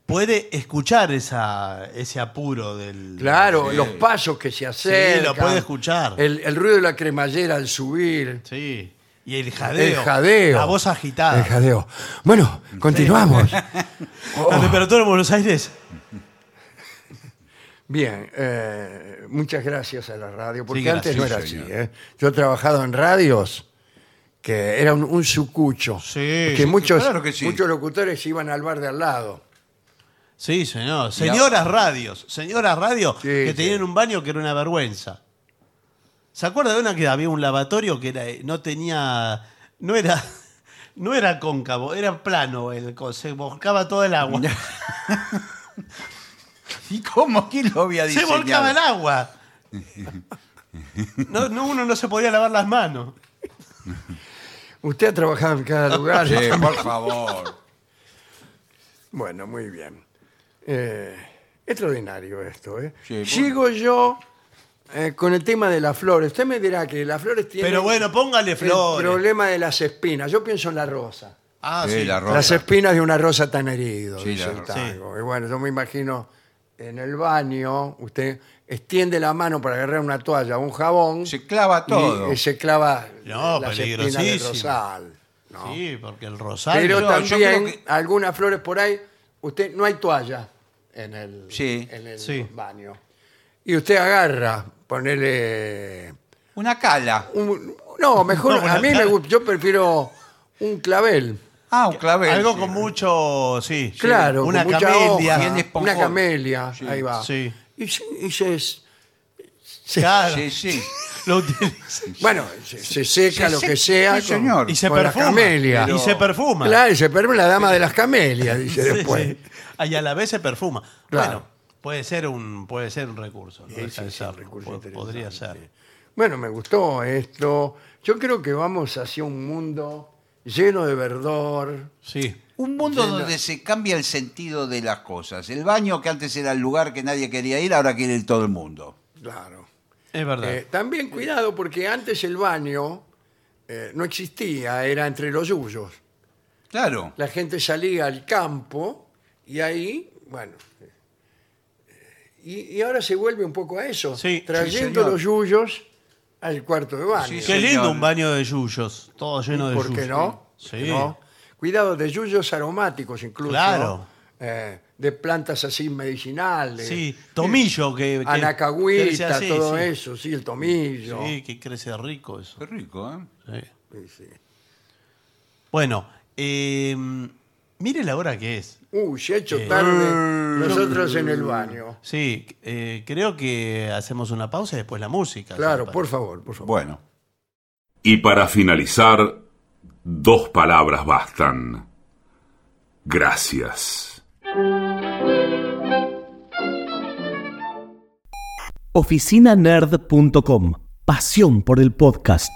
puede escuchar esa, ese apuro del.
Claro, los pasos que se acercan.
lo puede escuchar.
El, el ruido de la cremallera al subir.
Sí. Y el jadeo.
El jadeo.
La voz agitada.
El jadeo. oh. Bueno, continuamos. Oh.
La temperatura en Buenos Aires.
Bien, eh, muchas gracias a la radio, porque
gracias,
antes no era
señor.
así. ¿eh? Yo he trabajado en radios que era un, un sucucho.
Sí,
que
sí,
muchos,
claro que sí.
muchos locutores iban al bar de al lado.
Sí, señor. Señoras radios. Señoras radios
Sí,
que
sí.
tenían un baño que era una vergüenza. ¿Se acuerda de una que había un lavatorio que era, eh, no tenía. No era. No era cóncavo, era plano. El, co- se volcaba todo el agua.
¿Y cómo? ¿Quién lo había
se
diseñado?
volcaba el agua. No, no, uno no se podía lavar las manos.
Usted ha trabajado en cada lugar.
Sí, por favor.
Bueno, muy bien. Eh, extraordinario esto. ¿eh?
Sí, bueno.
Sigo yo eh, con el tema de las flores. Usted me dirá que las flores tienen
Pero bueno, póngale
el
flores.
problema de las espinas. Yo pienso en la rosa.
Ah,
Sí,
sí.
la rosa.
Las espinas de una rosa tan herido.
Sí,
dice
la
el
rosa.
tango. Y bueno, yo me imagino en el baño, usted extiende la mano para agarrar una toalla o un jabón.
Se clava
y,
todo.
eh, se clava
No,
las espinas del
peligrosísimo.
rosal. ¿no?
Sí, porque el
Pero
rosario.
no, yo
también
creo que-
algunas flores por ahí, usted no hay toalla en el,
Sí,
en el
sí.
baño. Y usted agarra, ponele
Una cala.
un- no, mejor
No,
a mí
una-
me gusta, yo prefiero un clavel.
Ah, un clavel.
algo
sí.
con mucho. Sí.
Claro,
Una
con mucha
camelia.
hoja,
bien esponjosa.
una camelia, ahí va.
Sí.
Y, se- y se-
Claro.
Sí, sí.
Lo utiliza.
bueno, se, se seca
Se
lo
seca,
que sea.
sí,
con-
señor.
Y se
con la
perfuma.
camelia.
Y se perfuma.
Claro, y se perfuma la dama de las camelias, dice
Sí,
después.
sí. Ah, Y a la vez se perfuma.
Claro.
Bueno, puede ser un, puede ser un recurso. ¿no?
Sí, sí, sí, un
Pensarlo.
recurso
Po-
interesante.
Podría ser.
Bueno, me gustó esto. Yo creo que vamos hacia un mundo lleno de verdor.
Sí.
Un mundo donde se cambia el sentido de las cosas. El baño, que antes era el lugar que nadie quería ir, ahora quiere ir todo el mundo.
Claro.
Es verdad.
Eh, también cuidado porque antes el baño eh, no existía, era entre los yuyos.
Claro.
La gente salía al campo y ahí, bueno. eh, Y, y ahora se vuelve un poco a eso,
Sí, sí,
trayendo
señor.
los yuyos al cuarto de baño.
Sí,
Qué
señor.
lindo un baño de yuyos. Todo lleno de
¿Por
yuyos.
qué no?
Sí.
¿Por qué no? Cuidado de yuyos aromáticos incluso.
Claro.
Eh, de plantas así medicinales.
Sí, tomillo que. que- que dice
Anacagüita,
así,
Eh, todo
sí.
eso, sí, el tomillo.
Sí, que crece rico eso.
Qué rico, ¿eh?
Sí.
Sí, sí.
Bueno, eh, mire la hora que es.
Uy, se ha hecho tarde nosotros en el baño.
Sí, eh, creo que hacemos una pausa y después la música.
Claro,
¿sí?
por favor, por favor.
Bueno.
Y para finalizar, dos palabras bastan. Gracias.
oficinanerd.com. Pasión por el podcast.